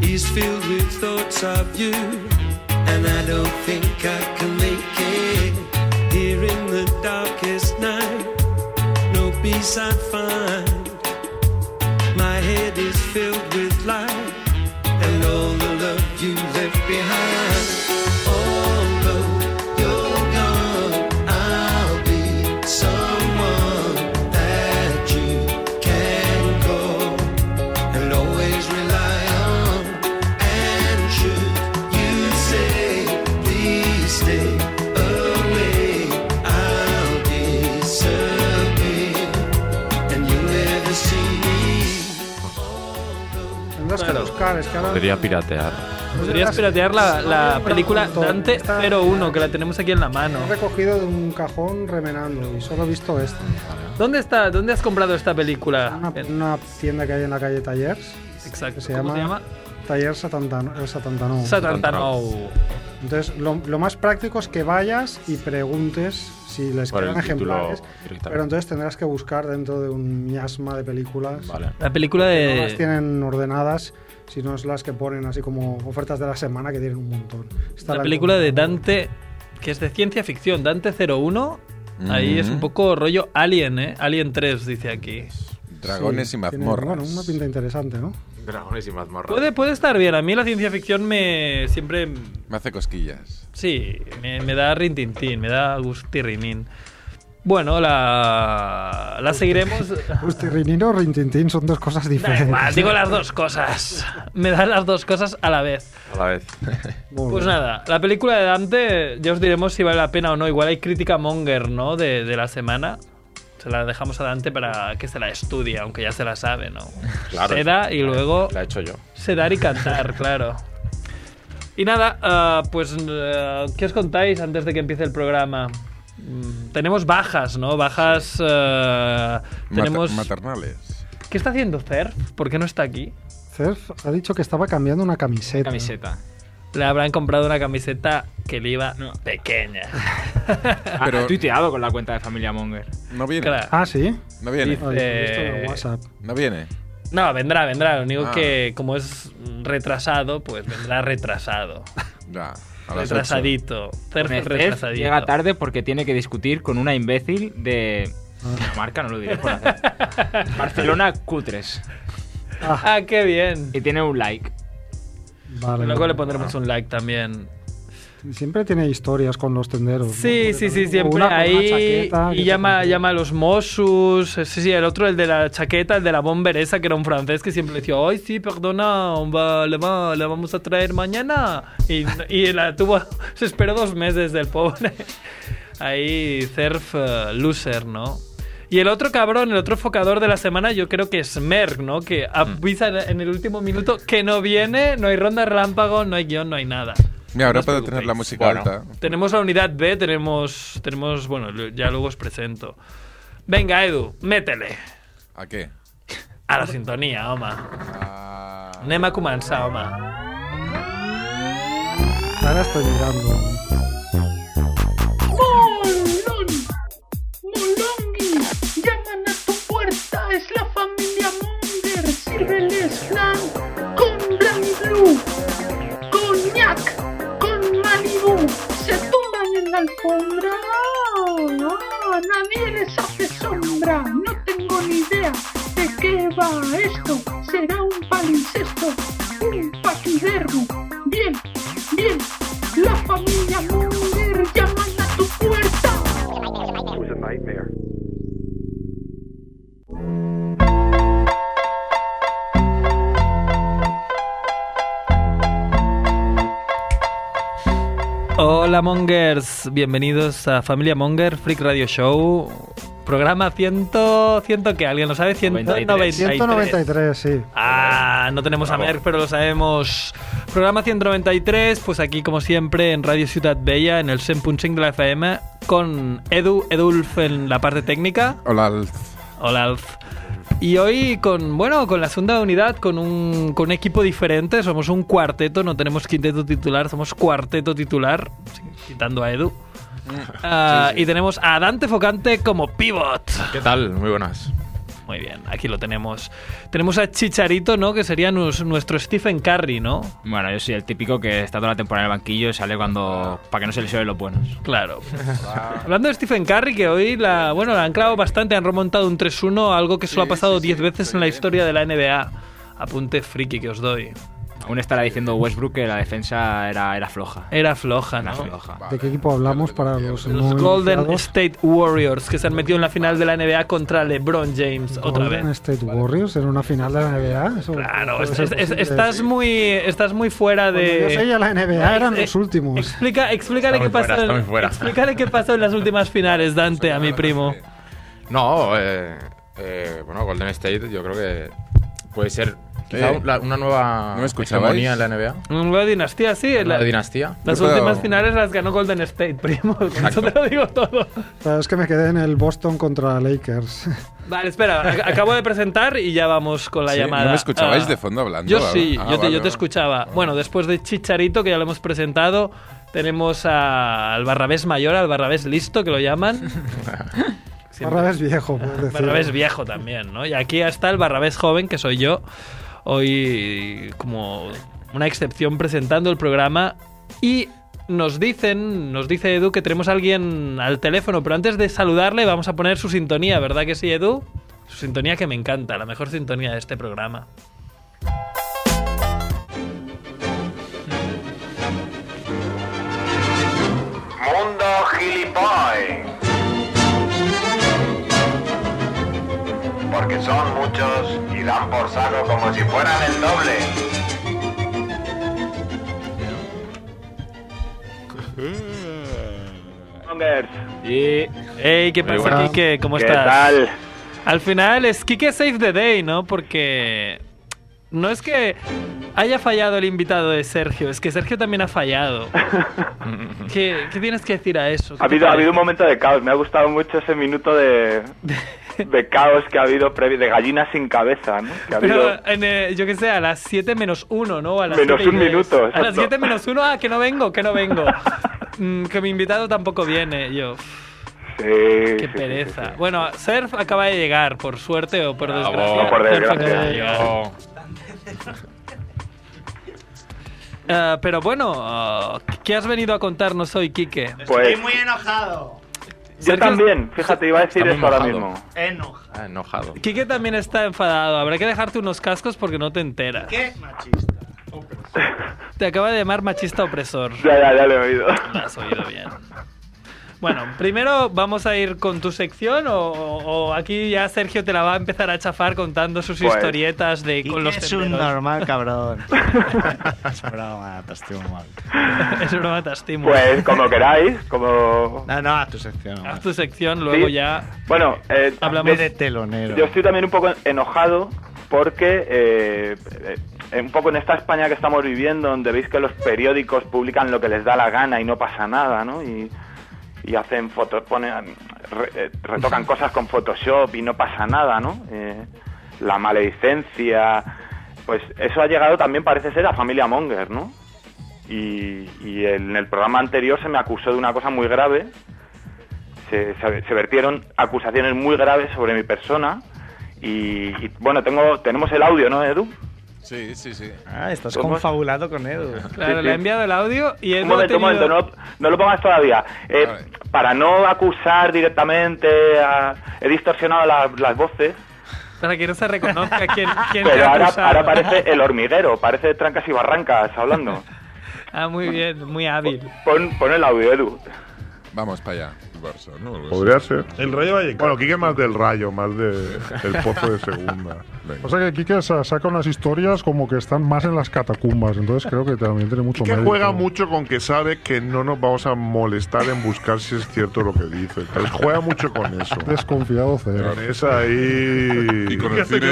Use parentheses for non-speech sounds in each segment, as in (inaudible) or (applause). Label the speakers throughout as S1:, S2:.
S1: she's filled with thoughts of you, and I don't think I can make it here in the darkest night. No peace I find. My head is filled with light, and all the love you left behind. Although you're gone, I'll be someone that you can call and always rely on. And should you say, please stay away, I'll disappear, and you'll never see me.
S2: Tendrás que
S3: Claro.
S2: buscar, es que ahora-
S4: Podría piratear.
S3: Podrías piratear la, la película Dante
S2: Está-
S3: 01, que la tenemos aquí en la mano.
S2: He recogido de un cajón remenando y solo he visto esto.
S3: ¿Dónde está? ¿Dónde has comprado esta película?
S2: Una,
S3: En-
S2: una tienda que hay en la calle Tallers.
S3: Exacto.
S2: que Ah, se
S3: ¿Cómo se llama?
S2: llama Taller Satantano. eh, Satantanó.
S3: Satantanau.
S2: Entonces, lo, lo más práctico es que vayas y preguntes si les
S4: Por el
S2: quedan
S4: título
S2: ejemplares.
S4: directamente.
S2: Pero entonces tendrás que buscar dentro de un miasma de películas.
S4: Vale.
S3: La película
S2: No las
S3: de.
S2: tienen ordenadas, sino es las que ponen así como ofertas de la semana que tienen un montón. Está
S3: La película de
S2: encontré.
S3: Dante, que es de ciencia ficción, Dante 01. Ahí
S4: Mm.
S3: es un poco rollo Alien, ¿eh? Alien 3, dice aquí.
S5: Dragones
S2: Sí,
S5: y
S2: tiene-
S5: mazmorras.
S2: Bueno, una pinta interesante, ¿no?
S4: Dragones y mazmorras.
S3: Puede, puede estar bien. A mí la ciencia ficción me. Siempre.
S5: Me hace cosquillas.
S3: Sí, me, me da rintintín, me da gustirrinín. Bueno, la. La
S2: (laughs)
S3: seguiremos.
S2: Gustirrinino o Rintintín son dos cosas
S3: Da
S2: diferentes. ¿eh?
S3: igual, digo las dos cosas. Me dan las dos cosas a la vez.
S4: A la
S5: (laughs)
S4: vez.
S2: Muy
S3: Pues
S2: bien.
S3: nada, la película de Dante, ya os diremos si vale la pena o no. Igual hay crítica monger, ¿no? De, de la semana. Se la dejamos a Dante para que se la estudie, aunque ya se la sabe, ¿no?
S4: Claro.
S3: Seda y luego
S4: La he hecho yo.
S3: sedar y cantar, claro. Y nada, ah, pues, ah, ¿qué os contáis antes de que empiece el programa? Mm, Tenemos bajas, ¿no? Bajas. ah,
S5: Mater-
S3: tenemos.
S5: Maternales.
S3: ¿Qué está haciendo Cerf? ¿Por qué no está aquí?
S2: Cerf ha dicho que estaba cambiando una camiseta.
S6: Camiseta.
S3: Le habrán comprado una camiseta que le iba
S5: (laughs)
S3: pequeña.
S6: Ha-
S5: Pero-
S6: ha tuiteado con la cuenta de Familia Monger.
S5: No viene.
S3: Claro.
S2: Ah, sí.
S5: No viene.
S3: Dice-
S2: Ah, yo he visto en el WhatsApp.
S5: No viene.
S3: No, vendrá, vendrá. Lo único
S5: Ah.
S3: que, como es retrasado, pues vendrá retrasado.
S5: Ya. A las ocho.
S3: retrasadito. Cerf
S6: Pone, "Ed
S3: retrasadito.
S6: este Llega tarde porque tiene que discutir con una imbécil de. La marca no lo diré por
S7: (laughs)
S6: hacer. Barcelona Cutres.
S3: Ah, qué bien.
S6: Y tiene un like.
S2: Vale.
S3: Luego le pondremos un like también.
S2: Siempre tiene historias con los tenderos.
S3: Sí,
S2: ¿no?
S3: sí,
S2: Porque
S3: sí, siempre
S2: una con una
S3: ahí.
S2: chaqueta que
S3: Y
S2: te-
S3: llama, llama a los Mossus. Sí, sí, el otro, el de la chaqueta, el de la bomber esa, que era un francés que siempre le decía, ay, sí, perdona, va- le, va- le vamos a traer mañana. Y, y la tuvo, (laughs) se esperó dos meses del pobre. (laughs) Ahí, Cerf eh, Loser, ¿no? Y el otro cabrón, el otro focador de la semana, yo creo que es Merck, ¿no? Que avisa en el último minuto que no viene, no hay ronda relámpago, no hay guión, no hay nada.
S5: Mira,
S3: No
S5: ahora
S3: os
S5: puedo tener la
S3: preocupéis.
S5: música
S4: Bueno.
S5: alta.
S3: Tenemos la unidad B, tenemos, tenemos bueno, lo- ya luego os presento. Venga, Edu, métele
S5: ¿A qué?
S3: a la sintonía, homa.
S5: A...
S3: Nema començar, homa.
S2: Ahora estoy mirando.
S8: ¡Molón! ¡Molongi! ¡Llaman a tu puerta! ¡Es la familia Monger! ¡Sírveles flan con Blanc Blue! ¡Coñac con Malibu! ¡Se tumban en la alfombra! ¡No! ¡Nadie les hace sombra! ¡No tengo ni idea de qué va esto! ¡Será un palincesto! ¡Un paquidermo! ¡Bien! ¡Bien! ¡La familia Monger llaman a tu puerta!
S3: Hola, Mongers. Bienvenidos a Familia Monger Freak Radio Show. Programa 100... ¿100 que ¿Alguien lo sabe? 193.
S2: 193, sí.
S3: Ah, no tenemos a Merck, pero lo sabemos. Programa 193, pues aquí como siempre en Radio Ciudad Bella, en el 100.5 de la FM, con Edu, Edulf en la parte técnica.
S5: Hola, Alf.
S3: Hola, Alf. Y hoy con, bueno, con la segunda unidad, con un, con un equipo diferente, somos un cuarteto, no tenemos quinteto titular, somos cuarteto titular, sí, quitando a Edu. Uh, Ah, Y tenemos a Dante Focante como pivot.
S4: ¿Qué tal? Muy buenas.
S3: Muy bien, aquí lo tenemos. Tenemos a Chicharito, ¿no? Que sería nus- nuestro Stephen Curry, ¿no?
S6: Bueno, yo soy el típico que está toda la temporada en el banquillo y sale cuando. para que no se lesionen los buenos.
S3: Claro. Hablando de Stephen Curry, que hoy la, bueno, la han clavado bastante, han remontado un 3-1, algo que solo
S5: Sí,
S3: ha pasado
S5: sí, sí,
S3: 10 veces
S5: estoy
S3: en la
S5: bien.
S3: historia de la NBA. Apunte friki que os doy.
S6: Aún estará diciendo Westbrook que la defensa era, era floja.
S3: Era floja,
S6: Era
S3: ¿no?
S6: floja.
S2: ¿De qué equipo hablamos para los,
S3: Los
S2: no
S3: Golden
S2: iniciados?
S3: State Warriors que se han metido en la final de la NBA contra LeBron James otra
S2: Golden
S3: vez.
S2: State Warriors en una final de la NBA. Eso
S3: Claro,
S2: puede
S3: es-
S2: ser
S3: es- es-
S2: posible.
S3: estás muy estás muy fuera
S2: Cuando yo
S3: de.
S2: seguía la NBA eran
S3: Eh,
S2: los últimos.
S3: Explica, explícale
S4: Está
S3: qué
S4: muy fuera,
S3: pasó.
S4: está
S3: en-
S4: muy fuera.
S3: Explícale qué pasó en las últimas finales, Dante, a mi primo.
S4: (laughs) No, eh, eh, bueno, Golden State yo creo que puede ser quizá
S5: Eh,
S4: un- la- una nueva
S5: ¿no me escuchabais?
S4: hegemonía en la NBA.
S3: Una dinastía, sí.
S4: Una
S3: la-
S4: nueva dinastía.
S3: Las
S5: Yo creo-
S3: últimas finales las ganó Golden State, primo. Con eso
S4: Exacto.
S3: te lo digo todo.
S2: Sabes que me quedé en el Boston contra Lakers.
S3: Vale, espera, a- acabo de presentar y ya vamos con la
S5: Sí,
S3: llamada.
S5: ¿no me escuchabais
S3: Ah,
S5: de fondo hablando?
S3: Yo
S5: Ah,
S3: sí,
S5: ah, vale,
S3: yo, te, yo te
S5: vale.
S3: escuchaba. Bueno, después de Chicharito, que ya lo hemos presentado, tenemos a- al Barrabés mayor, al Barrabés listo, que
S5: (laughs)
S3: lo llaman. Siempre-
S2: Barrabás
S3: (laughs)
S2: viejo, puedes decir.
S3: Barrabés viejo también, ¿no? Y aquí está el Barrabés joven, que soy yo, hoy como una excepción presentando el programa. Y nos dicen, nos dice Edu que tenemos a alguien al teléfono, pero antes de saludarle vamos a poner su sintonía, ¿verdad que sí, Edu? Su sintonía que me encanta, la mejor sintonía de este programa.
S9: Mundo Gilipoy. Porque son muchos y dan por saco como si fueran el doble.
S6: Y.
S3: ¡Ey, qué pasa,
S2: buenas.
S3: Kike! ¿Cómo
S9: ¿Qué
S3: estás?
S9: tal?
S3: Al final es Kike Save the Day, ¿no? Porque no es que haya fallado el invitado de Sergio, es que Sergio también ha
S9: (laughs)
S3: fallado. ¿Qué, qué tienes que decir a eso? ¿Qué
S9: Ha
S3: te
S9: habido, ha
S3: parece?
S9: habido un momento de caos. Me ha gustado mucho ese
S3: (laughs)
S9: minuto de, de caos que ha habido previo, de gallinas sin cabeza, ¿no? Que ha habido...
S3: Pero, en, eh, yo qué sé, a las 7 menos 1, ¿no? A las
S9: Menos
S3: 7 y
S9: un
S3: diez.
S9: minuto,
S3: A las
S9: exacto.
S3: 7 menos 1, ah, que no vengo, que no
S9: (laughs)
S3: vengo. Mm, que mi invitado tampoco viene. Yo,
S9: Sí, sí,
S3: qué
S9: sí, sí,
S3: pereza.
S9: sí.
S3: Bueno, Surf acaba de llegar, por suerte o por
S4: Bravo.
S3: desgracia.
S9: No, Ah, por
S3: Surf
S9: desgracia.
S3: acaba de llegar.
S4: Oh,
S3: Ah, pero bueno, ah, ¿qué has venido a contarnos hoy, Quique?
S9: Pues
S7: muy enojado.
S9: yo también, fíjate, iba a decir
S4: Está
S9: eso
S4: muy
S9: ahora
S4: mojado.
S9: mismo.
S7: Enojado.
S4: ah, enojado.
S3: Quique también está enfadado. Habrá que dejarte unos cascos porque no te enteras.
S7: Qué machista.
S3: (laughs) Te acaba de llamar machista opresor.
S9: Ya, ya, ya lo he oído.
S3: Lo has oído bien. Bueno, primero vamos a ir con tu sección o, o aquí ya Sergio te la va a empezar a chafar contando sus
S9: Pues-
S3: historietas de
S7: Y
S3: con los
S7: que es un
S3: tenderos.
S7: normal
S9: (laughs)
S7: cabrón. es broma, te estoy muy mal.
S3: (laughs) es broma, te estimo.
S9: Pues como queráis, como...
S7: No, no, a tu sección.
S3: Haz tu sección, luego
S9: Sí.
S3: ya
S9: Bueno, eh,
S3: hablamos.
S7: Ve de telonero.
S9: Yo estoy también un poco enojado porque eh, eh, un poco en esta España que estamos viviendo, donde veis que los periódicos publican lo que les da la gana y no pasa nada, ¿no? Y, y hacen fotos, ponen, re- eh, retocan cosas con Photoshop y no pasa nada, ¿no? Eh, la maledicencia, pues eso ha llegado también parece ser a Familia Monger, ¿no? Y, y en el programa anterior se me acusó de una cosa muy grave, se, se- se vertieron acusaciones muy graves sobre mi persona y, y, bueno, tengo, tenemos el audio, ¿no, Edu?
S5: Sí, sí, sí.
S7: Ah, estás
S9: ¿Cómo?
S7: confabulado con Edu.
S3: Claro,
S9: sí,
S3: le ha
S9: sí.
S3: enviado el audio y él
S9: Un momento, un momento, no, no lo pongas todavía. Eh,
S5: Vale.
S9: Para no acusar directamente, a- he distorsionado la- las voces,
S3: para que no se reconozca quién, quién te
S9: pero
S3: ha
S9: ahora,
S3: acusado.
S9: ahora parece el hormiguero, parece trancas y barrancas hablando.
S3: Ah, muy bien, muy hábil.
S9: Pon, pon el audio, Edu.
S5: Vamos para allá. Barça, ¿no? Algo así.
S10: Podría ser. El Rayo Vallecano. Bueno, Quique más del Rayo, más de, del Pozo de Segunda.
S5: Venga.
S10: O sea que Quique sa- saca unas historias como que están más en las catacumbas, entonces creo que también tiene mucho mérito. juega mucho con que sabe que no nos vamos a molestar en buscar si es cierto lo que dice. Entonces juega mucho con eso. Desconfiado cero. Con esa ahí... (laughs)
S11: Y con el cine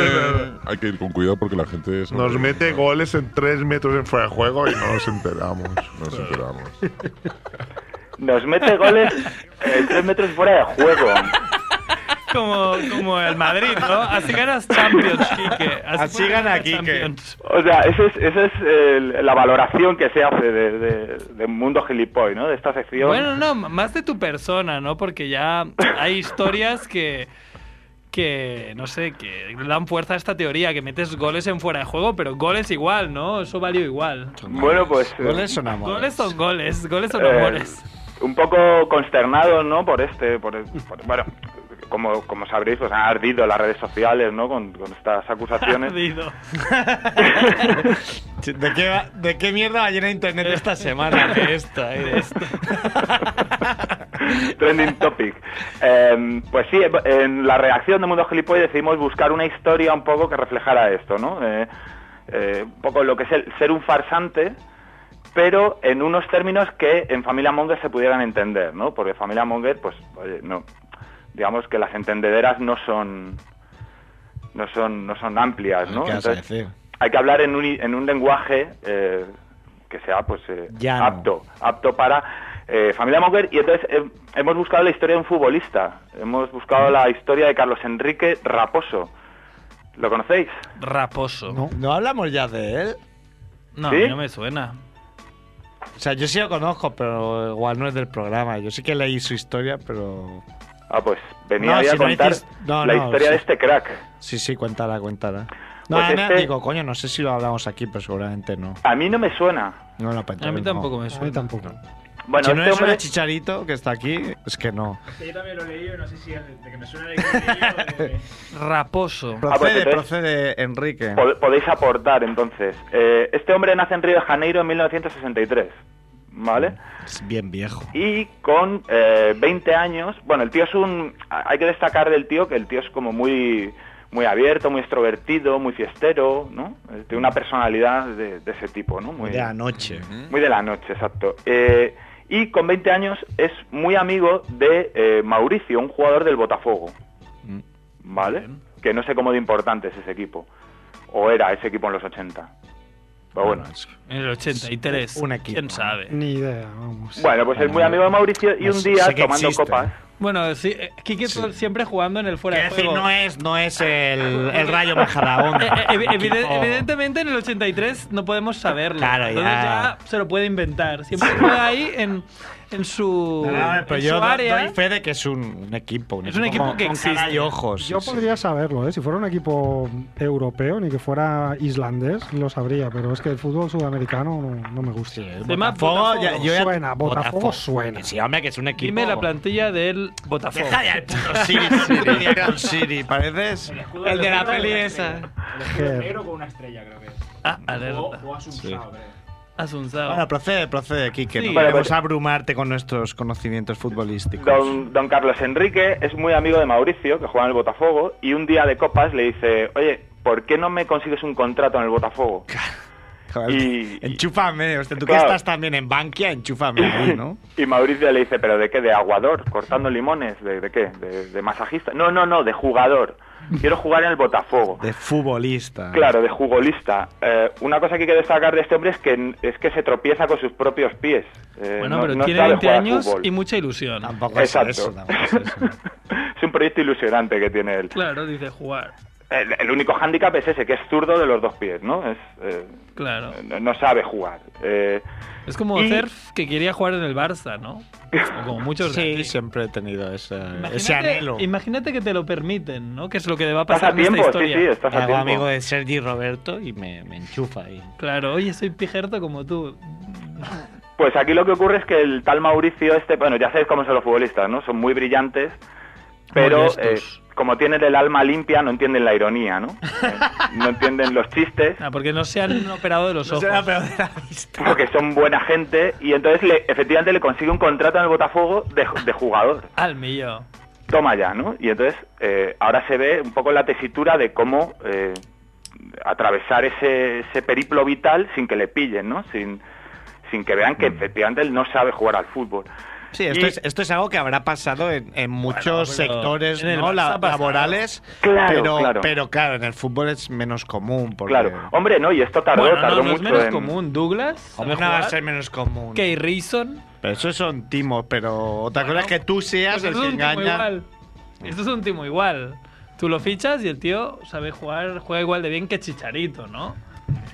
S11: hay que ir con cuidado porque la gente es-
S10: Nos mete goles en tres metros en fuera de juego y no nos enteramos. No nos enteramos.
S9: Nos mete goles eh, tres metros fuera de juego.
S3: Como, como el Madrid, ¿no? Así ganas Champions, Quique.
S7: Así
S3: puedes
S7: gana
S3: ganar
S7: Quique.
S3: Champions.
S9: O sea, esa es, esa es eh, la valoración que se hace de, de- de Mundo Gilipoy, ¿no? De esta sección.
S3: Bueno, no, más de tu persona, ¿no? Porque ya hay historias que, que, no sé, que le dan fuerza a esta teoría, que metes goles en fuera de juego, pero goles igual, ¿no? Eso valió igual.
S9: Bueno, pues.
S7: Goles son amores.
S3: Goles son goles, goles son
S9: Eh,
S3: amores.
S9: un poco consternado, ¿no? Por este, por, por- bueno, como, como sabréis, pues han ardido las redes sociales, ¿no? Con, con estas acusaciones.
S3: Ardido.
S7: (laughs) ¿De qué, va- ¿De qué mierda va llena internet esta semana?
S3: (laughs)
S7: De esta, eh, de esta.
S9: (laughs) Trending topic. Eh, pues sí, en la reacción de Mundo Gilipoy decidimos buscar una historia un poco que reflejara esto, ¿no? Eh, eh, un poco lo que es el ser un farsante, pero en unos términos que en Familia Monger se pudieran entender, ¿no? Porque Familia Monger, pues, oye, no. Digamos que las entendederas no son. No son, no son amplias, ¿no?
S7: ¿Qué vas a
S9: Entonces,
S7: decir?
S9: hay que hablar en un, i- en un lenguaje eh, que sea pues eh,
S7: Llano.
S9: apto apto para eh, familia Monger y entonces eh, hemos buscado la historia de un futbolista hemos buscado la historia de Carlos Enrique Raposo lo conocéis
S3: Raposo.
S7: ¿No? hablamos ya de él?
S3: No,
S9: ¿Sí?
S3: a mí no me suena.
S7: O sea, yo sí lo conozco, pero igual no es del programa. Yo sí que leí su historia, pero.
S9: ah pues venía
S7: No,
S9: ahí
S7: si
S9: a
S7: no hay
S9: contar
S7: his- no,
S9: la
S7: no,
S9: historia
S7: sí.
S9: de este crack
S7: Sí, sí, cuéntala, cuéntala. No,
S9: Pues
S7: Ana,
S9: este-
S7: digo, coño, no sé si lo hablamos aquí, pero seguramente no.
S9: a mí no me suena
S7: No lo apunté,
S3: A mí
S7: no.
S3: tampoco me suena.
S2: tampoco.
S9: bueno
S7: si no
S9: este
S7: es
S9: hombre
S7: una chicharito que está aquí, es que no.
S12: Que yo también lo he leído, no sé si es de que me suena de que
S7: (laughs)
S12: lo he leído o de-
S3: Raposo.
S9: Ah, pues entonces-
S7: procede, Enrique.
S9: pod- podéis aportar entonces Eh, este hombre nace en Río de Janeiro en 1963 vale
S7: Es bien viejo.
S9: Y con eh, 20 años, bueno, el tío es un... Hay que destacar del tío que el tío es como muy muy abierto, muy extrovertido, muy fiestero, ¿no? Eh, Tiene una personalidad de, de ese tipo, ¿no? Muy,
S7: De anoche.
S9: muy de la noche, exacto. Eh, y con 20 años es muy amigo de eh, Mauricio, un jugador del Botafogo,
S7: Mm.
S9: ¿vale? Que no sé cómo de importante es ese equipo, o era ese equipo en los 80. Pero bueno,
S3: En el 83.
S7: Un equipo.
S3: ¿Quién sabe?
S2: Ni idea, vamos.
S9: bueno pues es muy amigo de Mauricio y
S7: No
S9: un
S7: sé-
S9: día
S7: sé que
S9: tomando
S7: existe.
S9: copas...
S3: Bueno, sí, eh, Quique tú siempre jugando en el fuera de
S7: Quiero decir,
S3: juego.
S7: no es, no es el, el rayo
S3: Eh,
S7: majadahonda.
S3: eh, evi- evide-
S7: Equipo.
S3: evidentemente en el 83 no podemos saberlo.
S7: Claro,
S3: Entonces
S7: ya.
S3: ya se lo puede inventar. Siempre juega ahí en, en su,
S7: Ah,
S3: en
S7: pero
S3: su
S7: yo do-
S3: área.
S7: doy fe de que es un, un equipo. Un
S3: Es un equipo
S7: con-
S3: que
S7: con cara
S3: existe.
S7: y ojos.
S2: Yo
S7: sí, sí.
S2: podría saberlo, ¿eh? Si fuera un equipo europeo, ni que fuera islandés, lo sabría, pero es que el fútbol sudamericano no, no me gusta.
S3: Además,
S7: Botafogo, ya- yo ya-
S2: Suena, Botafogo suena.
S7: Que Sí, hombre, que es un equipo.
S3: Dime la plantilla del Botafogo.
S7: Deja ya el puto
S3: (laughs)
S7: Siri, Siri, con Siri, pareces el de la peli esa.
S12: El escudo
S2: Ger.
S12: negro con una estrella, creo que es.
S3: Ah,
S12: O,
S3: alerta.
S12: o Asunción, creo.
S7: eh.
S3: Asunzao.
S7: Bueno, procede, procede, Kike.
S3: Sí.
S7: no
S9: Vale,
S7: queremos
S9: vale.
S7: abrumarte con nuestros conocimientos futbolísticos.
S9: Don, don Carlos Enrique es muy amigo de Mauricio, que juega en el Botafogo, y un día de copas le dice, oye, ¿por qué no me consigues un contrato en el Botafogo?
S7: (laughs) Joder,
S9: y-
S7: enchúfame, hostia, tú
S9: Claro.
S7: que estás también en Bankia, enchúfame ahí, ¿no?
S9: Y Mauricio le dice, ¿pero de qué? ¿De aguador? ¿Cortando limones? ¿De, de qué? ¿De, de masajista? No, no, no, de jugador. Quiero jugar en el Botafogo.
S7: De
S3: Ah.
S7: futbolista.
S9: Claro, de jugolista. Eh, una cosa que hay que destacar de este hombre es que, n- es que se tropieza con sus propios pies. Eh,
S3: Bueno,
S9: no-
S3: pero
S9: no
S3: tiene
S9: sabe
S3: 20
S9: jugar al
S3: años
S9: fútbol.
S3: y mucha ilusión.
S7: Tampoco
S9: Exacto.
S7: es eso. Tampoco es eso.
S9: (laughs) es un proyecto ilusionante que tiene él.
S3: Claro, dice jugar.
S9: El, el único hándicap es ese, que es zurdo de los dos pies, ¿no? Es, eh,
S3: Claro.
S9: no, no sabe jugar. Eh,
S3: Es como
S9: Y-
S3: Cerf que quería jugar en el Barça, ¿no? O Como muchos de
S7: Sí,
S3: aquí.
S7: siempre he tenido ese, ese
S3: Imagínate,
S7: anhelo.
S3: imagínate que te lo permiten, ¿no? Que es lo que va a
S9: estás
S3: pasar
S9: a
S3: en
S9: tiempo,
S3: esta
S9: Pues sí,
S3: historia.
S9: sí, estás
S7: Me
S9: a
S7: hago
S9: tiempo.
S7: amigo de Sergi Roberto y me, me enchufa ahí.
S3: Claro, oye, soy pijerto como tú.
S9: Pues aquí lo que ocurre es que el tal Mauricio, este, bueno, ya sabéis cómo son los futbolistas, ¿no? Son muy brillantes, pero eh,
S3: Molestos.
S9: como tienen el alma limpia, no entienden la ironía, ¿no? Eh, no entienden
S3: (laughs)
S9: los chistes.
S3: Ah, porque no se
S7: (laughs)
S3: han operado de los ojos.
S9: Porque son buena gente y entonces le- efectivamente le consigue un contrato en el Botafogo de- de jugador.
S3: Al millón.
S9: toma ya, ¿no? Y entonces eh, ahora se ve un poco la tesitura de cómo eh, atravesar ese, ese periplo vital sin que le pillen, ¿no? Sin, sin que vean que
S3: Mm.
S9: efectivamente él no sabe jugar al fútbol.
S7: Sí, esto,
S9: Y-
S7: es, esto es algo que habrá pasado en, en muchos
S3: pero
S7: sectores
S3: en el
S7: ¿no?
S3: Barça
S7: La-
S3: ha pasado.
S7: laborales,
S9: Claro,
S7: pero,
S9: claro.
S7: pero claro, en el fútbol es menos común. Porque,
S9: Claro. Hombre, no, y esto tardó,
S3: Bueno, no,
S9: tardó
S3: no es
S9: mucho
S3: menos
S9: en-
S3: común. Douglas,
S7: Hombre, no va a ser menos común.
S3: Kay Reason.
S7: Pero esos son timos, pero otra cosa es que tú seas
S3: Pues
S7: el
S3: esto
S7: que
S3: es un timo
S7: engaña.
S3: igual. Esto es un timo igual. Tú lo fichas y el tío sabe jugar, juega igual de bien que Chicharito, ¿no?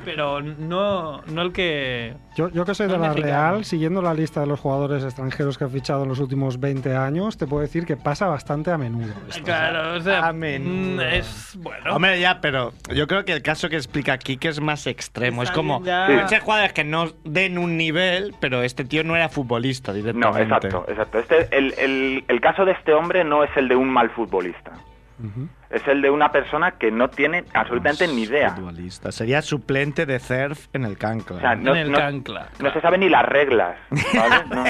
S3: pero no, no el que...
S2: Yo, yo que soy
S3: No
S2: de
S3: es
S2: la
S3: mexicano.
S2: Real, siguiendo la lista de los jugadores extranjeros que ha fichado en los últimos 20 años, te puedo decir que pasa bastante a menudo.
S3: Claro, o sea, mm, es bueno.
S7: Hombre, ya, pero yo creo que el caso que explica aquí que es más extremo. Es
S3: Está
S7: como
S3: bien, ya.
S7: muchos jugadores que no den un nivel, pero este tío no era futbolista
S9: No,
S7: directamente.
S9: exacto, exacto. Este, el, el- el caso de este hombre no es el de un mal futbolista. Es el de una persona que no tiene absolutamente
S3: Pues,
S9: ni idea.
S7: Futbolista. Sería suplente de surf en el cancla.
S9: O sea, no, no- no se sabe ni las reglas.
S3: (laughs)
S9: ¿vale? No.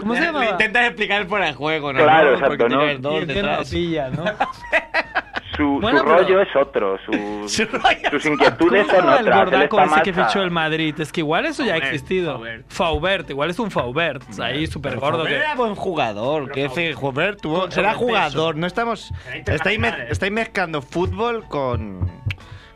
S3: ¿Cómo se llama?
S7: Intentas explicar fuera de juego, ¿no?
S9: Claro,
S7: Porque
S9: exacto,
S7: tiene
S9: ¿no?
S7: que haber dos
S9: Y el que
S7: detrás.
S9: Su,
S3: Bueno,
S9: su
S3: pero-
S9: rollo es otro.
S3: (laughs)
S9: su- sus
S3: ¿Cómo
S9: inquietudes
S3: se
S9: son
S3: llama el
S9: otras. Él
S3: gordaco
S9: está
S3: ese
S9: más
S3: que
S9: a-
S3: fichó el Madrid? Es que igual eso ya ha existido. Faubert, igual es un Faubert, ahí súper gordo.
S7: Jover
S3: que-
S7: era buen jugador. Que ese Jover tuvo.
S3: Con
S7: Era
S3: sobrepeso.
S7: jugador. No estamos. Estáis, mez-
S3: internacional, ¿eh?
S7: estáis mezclando fútbol con.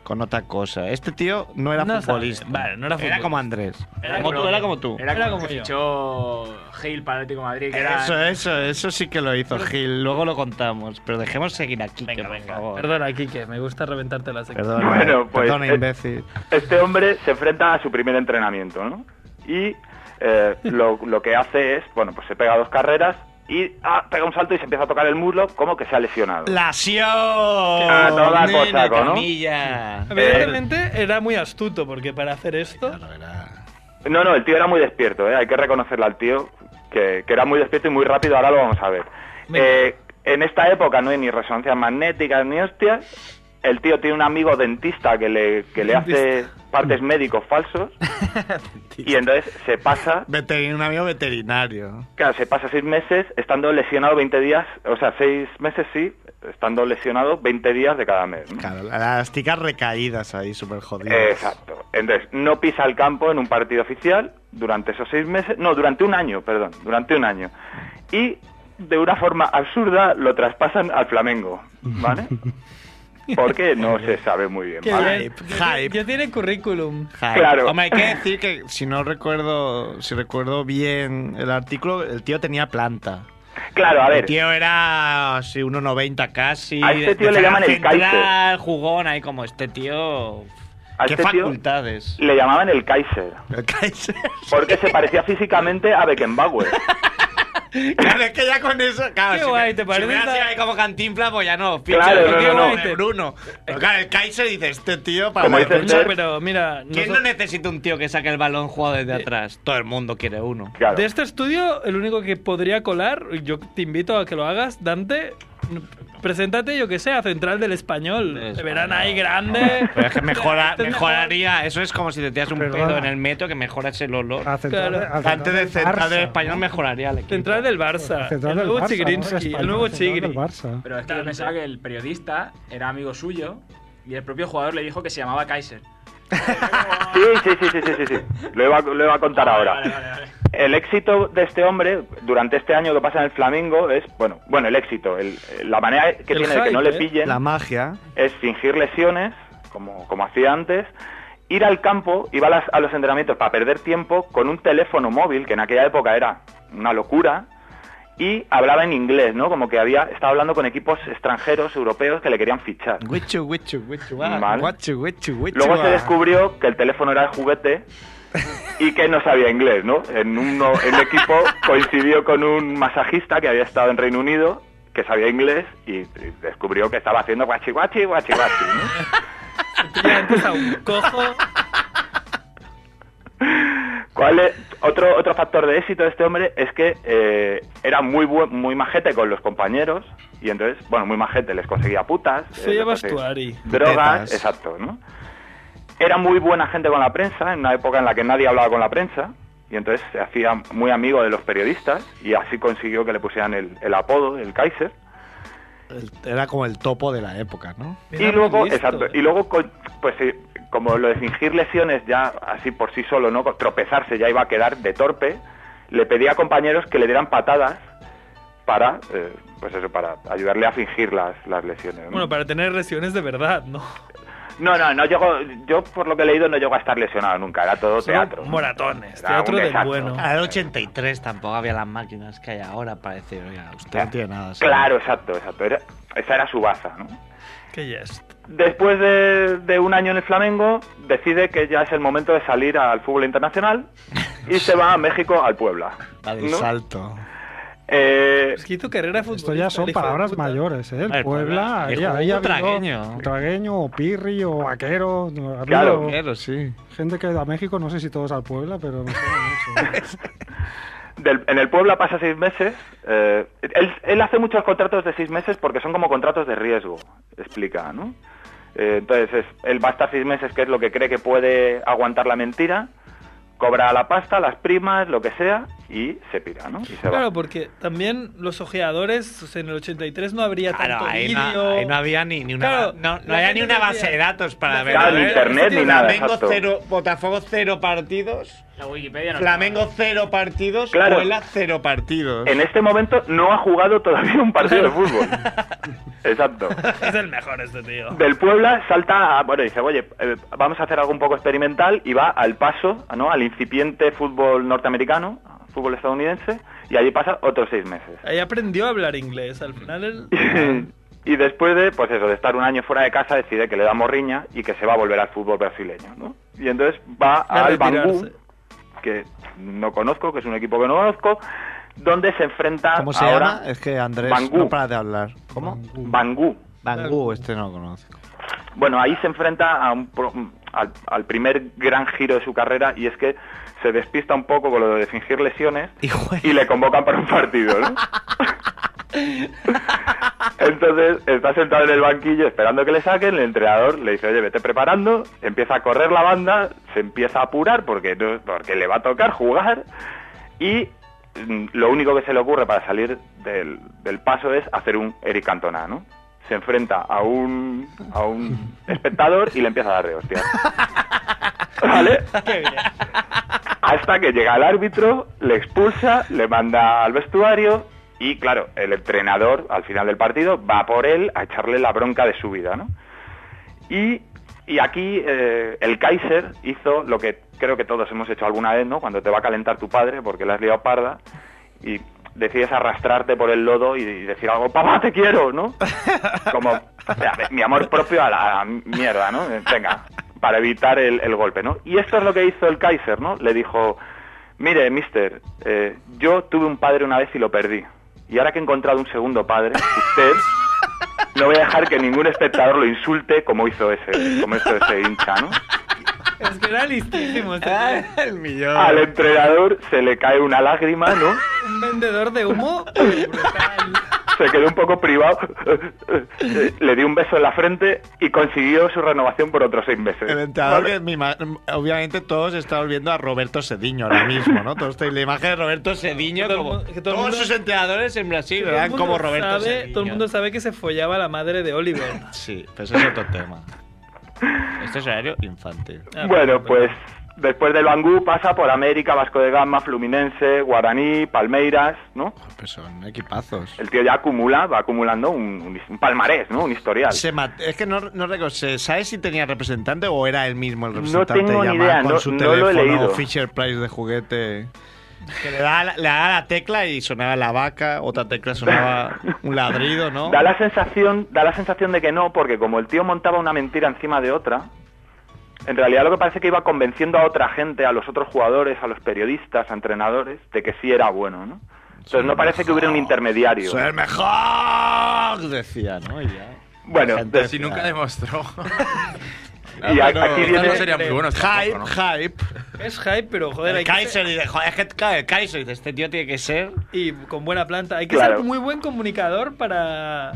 S7: Con otra cosa. Este tío no era
S12: No sabe.
S7: futbolista.
S12: Vale, no era futbolista.
S7: como Andrés. como tú, era como tú.
S12: Era, como, que fichó Gil para el Atlético de Madrid. Que era-
S7: Eso, eso, eso sí que lo hizo Gil. Luego lo contamos. Pero dejemos seguir aquí, que, por favor.
S3: Perdona, Kike, me gusta reventarte la sección.
S7: Perdona,
S9: Bueno, pues,
S7: perdona,
S9: eh,
S7: imbécil.
S9: Este hombre se enfrenta a su primer entrenamiento, ¿no? Y eh, lo, lo que hace es, bueno, pues se pega dos carreras y ah, pega un salto y se empieza a tocar el muslo como que se ha lesionado.
S7: La Sion.
S9: A toda
S7: nena
S9: cosa, Ah, ¿no? Eh,
S7: Camilla.
S3: Evidentemente era muy astuto, porque para hacer esto...
S9: No, no, el tío era muy despierto, ¿eh? hay que reconocerle al tío que, que era muy despierto y muy rápido, ahora lo vamos a ver. Eh, en esta época no hay ni resonancias magnéticas ni hostias. El tío tiene un amigo dentista que le, que le hace partes médicos falsos y entonces se pasa,
S7: Veterin- un amigo veterinario.
S9: claro, se pasa seis meses estando lesionado 20 días, o sea, seis meses sí, estando lesionado 20 días de cada mes. ¿no? Eh,
S7: Claro, las ticas recaídas ahí, súper jodidas.
S9: Exacto. Entonces, no pisa el campo en un partido oficial durante esos seis meses, no, durante un año, perdón, durante un año. Y de una forma absurda lo traspasan al Flamengo, ¿vale?
S7: (laughs)
S9: Porque no se sabe muy bien,
S3: Que
S9: ¿vale?
S3: ya, ya- ya tiene currículum.
S7: Ay, Hombre, hay que decir que si no recuerdo, si recuerdo bien el artículo, el tío tenía planta.
S9: Claro, a
S7: El
S9: ver.
S7: tío era así 1,90 casi.
S9: A este tío
S7: defensa
S9: le llaman el
S7: central,
S9: Kaiser.
S7: jugón ahí como este tío.
S9: A
S7: ¿Qué
S9: este tío
S7: facultades?
S9: Le llamaban el Kaiser.
S7: El Kaiser.
S9: Porque se parecía físicamente
S7: (laughs)
S9: a Beckenbauer.
S7: Claro, es que ya con eso. Claro,
S9: Qué
S7: si
S9: guay,
S7: me-
S9: ¿te parece
S7: Si me
S9: esa-
S7: hacía ahí como cantinfla, pues ya no. Ficha,
S9: Claro,
S7: pero
S9: no,
S7: qué
S9: no, no.
S7: guay de Bruno. Pero claro, el Kaiser dice: Este tío para
S9: Como
S7: la
S9: dice
S7: defensa-
S9: Ter-
S3: Pero mira,
S7: ¿Quién
S3: noso-
S7: no necesita un tío que saque el balón jugado desde atrás? Todo el mundo quiere uno.
S3: de este estudio, el único que podría colar, yo te invito a que lo hagas, Dante, n- preséntate, yo que sé, a Central del Español. Te verán ahí
S9: (laughs)
S3: grande.
S7: Pero es que mejora,
S3: Este es mejor.
S7: mejoraría. Eso es como si te tiras un
S3: Perdona.
S7: pedo en el metro que mejoras el olor.
S2: central- Claro. a central
S7: Antes de
S2: del
S7: central
S2: Barça,
S7: del español mejoraría el equipo.
S3: Central del Barça.
S2: Central
S3: el
S2: del
S3: nuevo
S2: Barça,
S3: Chigrinsky,
S2: ¿no? Español,
S3: el nuevo
S2: central del
S3: Chigri.
S2: Barça.
S12: Pero es que yo pensaba que el periodista era amigo suyo y el propio jugador le dijo que se llamaba Kaiser.
S9: Sí, sí, sí, sí, sí, sí, sí. Lo iba, a- lo iba a contar ahora. El éxito de este hombre durante este año que pasa en el Flamengo es, bueno, bueno, el éxito, el- eh. la manera que tiene de que no le pillen
S7: ¿eh? La magia.
S9: es fingir lesiones, como, como hacía antes, ir al campo, iba a, las- a los entrenamientos para perder tiempo con un teléfono móvil, que en aquella época era una locura, y hablaba en inglés, ¿no? Como que había, estaba hablando con equipos extranjeros, europeos, que le querían fichar.
S7: Wichu, wichu, wichu, ah,
S9: Vale.
S7: guachu, wichu, wichu,
S9: Luego se
S7: ah.
S9: descubrió que el teléfono era de juguete y que no sabía inglés, ¿no? En un, en un equipo coincidió con un masajista que había estado en Reino Unido, que sabía inglés y, y descubrió que estaba haciendo guachi guachi guachi guachi, ¿no?
S3: Cojo.
S9: ¿Cuál es- otro, otro factor de éxito de este hombre es que eh, era muy buen, muy majete con los compañeros y entonces, bueno, muy majete, les conseguía putas. eh,
S3: Se
S9: les
S3: lleva
S9: conseguía-
S3: Stuari.
S9: Drogas, exacto, ¿no? Era muy buena gente con la prensa, en una época en la que nadie hablaba con la prensa, y entonces se hacía muy amigo de los periodistas, y así consiguió que le pusieran el, el apodo, el Kaiser.
S7: El- Era como el topo de la época, ¿no?
S9: y luego, exacto, y luego, co- pues eh, como lo de fingir lesiones ya así por sí solo, ¿no? Tropezarse ya iba a quedar de torpe, le pedía a compañeros que le dieran patadas para, eh, pues eso, para ayudarle a fingir las, las lesiones. ¿no?
S3: Bueno, para tener lesiones de verdad, ¿no? (laughs)
S9: No, no, no llegó. Yo, por lo que he leído, no llegó a estar lesionado nunca. Era todo
S3: Solo
S9: teatro.
S3: moratones,
S9: Era
S3: teatro
S9: un
S3: este del
S9: desastre.
S3: bueno.
S7: Al 83 tampoco había las máquinas que hay ahora, parece. Oiga, usted no tiene nada. señor.
S9: Claro, exacto, exacto. Era- esa era su baza, ¿no?
S3: Que yes.
S9: Después de, de un año en el Flamengo, decide que ya es el momento de salir al fútbol internacional y se va a México, al Puebla.
S7: La del
S9: ¿no?
S7: salto.
S9: Eh,
S3: Es que tu carrera
S2: Esto ya son palabras mayores, ¿eh? El
S7: El Puebla,
S2: Puebla,
S7: el
S2: ahí-
S7: jugador
S2: ahí ha habido
S7: tragueño.
S2: Tragueño, o Pirri, o Vaquero. no, ha
S9: Claro.
S2: habido
S7: Claro, sí.
S2: Gente que da a México, no sé si todos al Puebla, pero me suena mucho.
S9: del- en el Puebla pasa seis meses. eh, él, él hace muchos contratos de seis meses porque son como contratos de riesgo, explica, ¿no? Eh, entonces, es- él va a estar seis meses, que es lo que cree que puede aguantar la mentira, cobra la pasta, las primas, lo que sea, y se pira, ¿no? Y se va.
S3: Claro, porque también los ojeadores, o sea, en el 83 no habría
S13: Claro,
S3: tanto
S13: ahí
S3: vídeo.
S13: no, ahí no había ni, ni una,
S3: Claro,
S13: no, no
S3: la
S13: había
S3: gente
S13: ni una
S3: decía-
S13: base de datos para
S3: la
S13: ver.
S3: gente
S13: A
S3: decía,
S13: ver,
S3: internet ni nada,
S13: Flamengo
S3: exacto.
S13: cero, Botafogo cero partidos.
S12: La Wikipedia no
S13: Flamengo cero partidos.
S9: Claro.
S13: Puebla cero partidos.
S9: En este momento no ha jugado todavía un partido de
S13: (laughs)
S9: fútbol. Exacto.
S3: (laughs) Es el mejor este tío.
S9: Del Puebla salta, a, bueno, dice, oye, eh, vamos a hacer algo un poco experimental y va al paso, ¿no? Al incipiente fútbol norteamericano, fútbol estadounidense, y allí pasa otros seis meses. (laughs)
S3: Ahí aprendió a hablar inglés. Al final él...
S9: y después de, pues eso, de estar un año fuera de casa, decide que le da morriña y que se va a volver al fútbol brasileño, ¿no? Y entonces va
S3: A
S9: al Bangú,
S3: retirarse.
S9: que no conozco, que es un equipo que no conozco, donde se enfrenta
S7: ¿Cómo se
S9: ahora
S7: llama? Es que Andrés
S9: Bangú.
S7: no para de hablar. ¿Cómo?
S9: Bangú.
S7: Bangú, este no lo conozco.
S9: Bueno, ahí se enfrenta a un pro- al, al primer gran giro de su carrera y es que se despista un poco con lo de fingir lesiones y, le convocan para un partido. ¿no? Entonces está sentado en el banquillo esperando que le saquen, el entrenador le dice, oye, vete preparando, empieza a correr la banda, se empieza a apurar porque, no- porque le va a tocar jugar y mm, lo único que se le ocurre para salir del, del paso es hacer un Eric Cantona, ¿no? Se enfrenta a un, a un espectador y le empieza a dar de hostias. ¿Vale? Hasta que llega el árbitro, le expulsa, le manda al vestuario y, claro, el entrenador al final del partido va por él a echarle la bronca de su vida, ¿no? Y, y aquí eh, el Kaiser hizo lo que creo que todos hemos hecho alguna vez, ¿no? Cuando te va a calentar tu padre porque la has liado parda y decides arrastrarte por el lodo y, y decir algo, papá, te quiero, ¿no? Como o sea, mi amor propio a la mierda, ¿no? Eh, Venga, para evitar el, el golpe, ¿no? Y esto es lo que hizo el Kaiser, ¿no? Le dijo, mire, mister, eh, yo tuve un padre una vez y lo perdí. Y ahora que he encontrado un segundo padre, usted no voy a dejar que ningún espectador lo insulte como hizo ese, como hizo ese hincha, ¿no?
S3: Es que era listísimo. este tío.
S13: Ah, El millón.
S9: Al entrenador se le cae una lágrima, ¿no?
S3: Un vendedor de humo.
S9: Se quedó un poco privado, le dio un beso en la frente y consiguió su renovación por otros seis meses.
S7: El entrenador que me ima- obviamente todos estamos viendo a Roberto Sediño ahora mismo, ¿no? Todos tenéis la imagen de Roberto Sediño como
S13: Todos
S7: todo el
S13: sus
S7: mundo-
S13: entrenadores en Brasil,
S3: Todo el
S13: ¿verdad?
S3: mundo
S13: Como Roberto
S3: sabe-
S13: Sediño.
S3: Todo el mundo sabe que se follaba la madre de Oliver.
S7: Sí, pero eso es otro tema. Esto es horario infantil. Ah,
S9: Bueno, pues después del Bangú pasa por América, Vasco de Gama, Fluminense, Guaraní, Palmeiras, ¿no?
S7: Pues son equipazos.
S9: El tío ya acumula, va acumulando un, un- un palmarés, ¿no? Un historial.
S7: Se mat- es que no, no recuerdo, ¿se- ¿sabes si tenía representante o era él mismo el
S9: No
S7: representante?
S9: tengo ni
S7: llamado
S9: idea,
S7: con
S9: no-
S7: su
S9: no lo he
S7: teléfono
S9: leído.
S7: Fisher Price de juguete. Que le daba, la, le daba la tecla y sonaba la vaca, otra tecla
S9: (laughs)
S7: sonaba un ladrido, ¿no?
S9: Da la sensación, da la sensación de que no, porque como el tío montaba una mentira encima de otra, en realidad lo que parece que iba convenciendo a otra gente, a los otros jugadores, a los periodistas, a entrenadores, de que sí era bueno, ¿no? Entonces no parece que hubiera un intermediario.
S7: ¡Soy el mejor! Decía, ¿no? Y ya.
S9: Bueno, pues, de-
S4: si nunca demostró. (laughs)
S9: Y a- aquí viene-
S4: no serían muy buenos
S7: Hype,
S4: tampoco, ¿no?
S7: hype.
S3: Es hype, pero joder, hay
S13: El
S3: que ser,
S13: Kaiser dice, joder, es que claro, el Kaiser dice, este tío tiene que ser.
S3: y con buena planta. Hay que
S13: Claro.
S3: ser muy buen comunicador para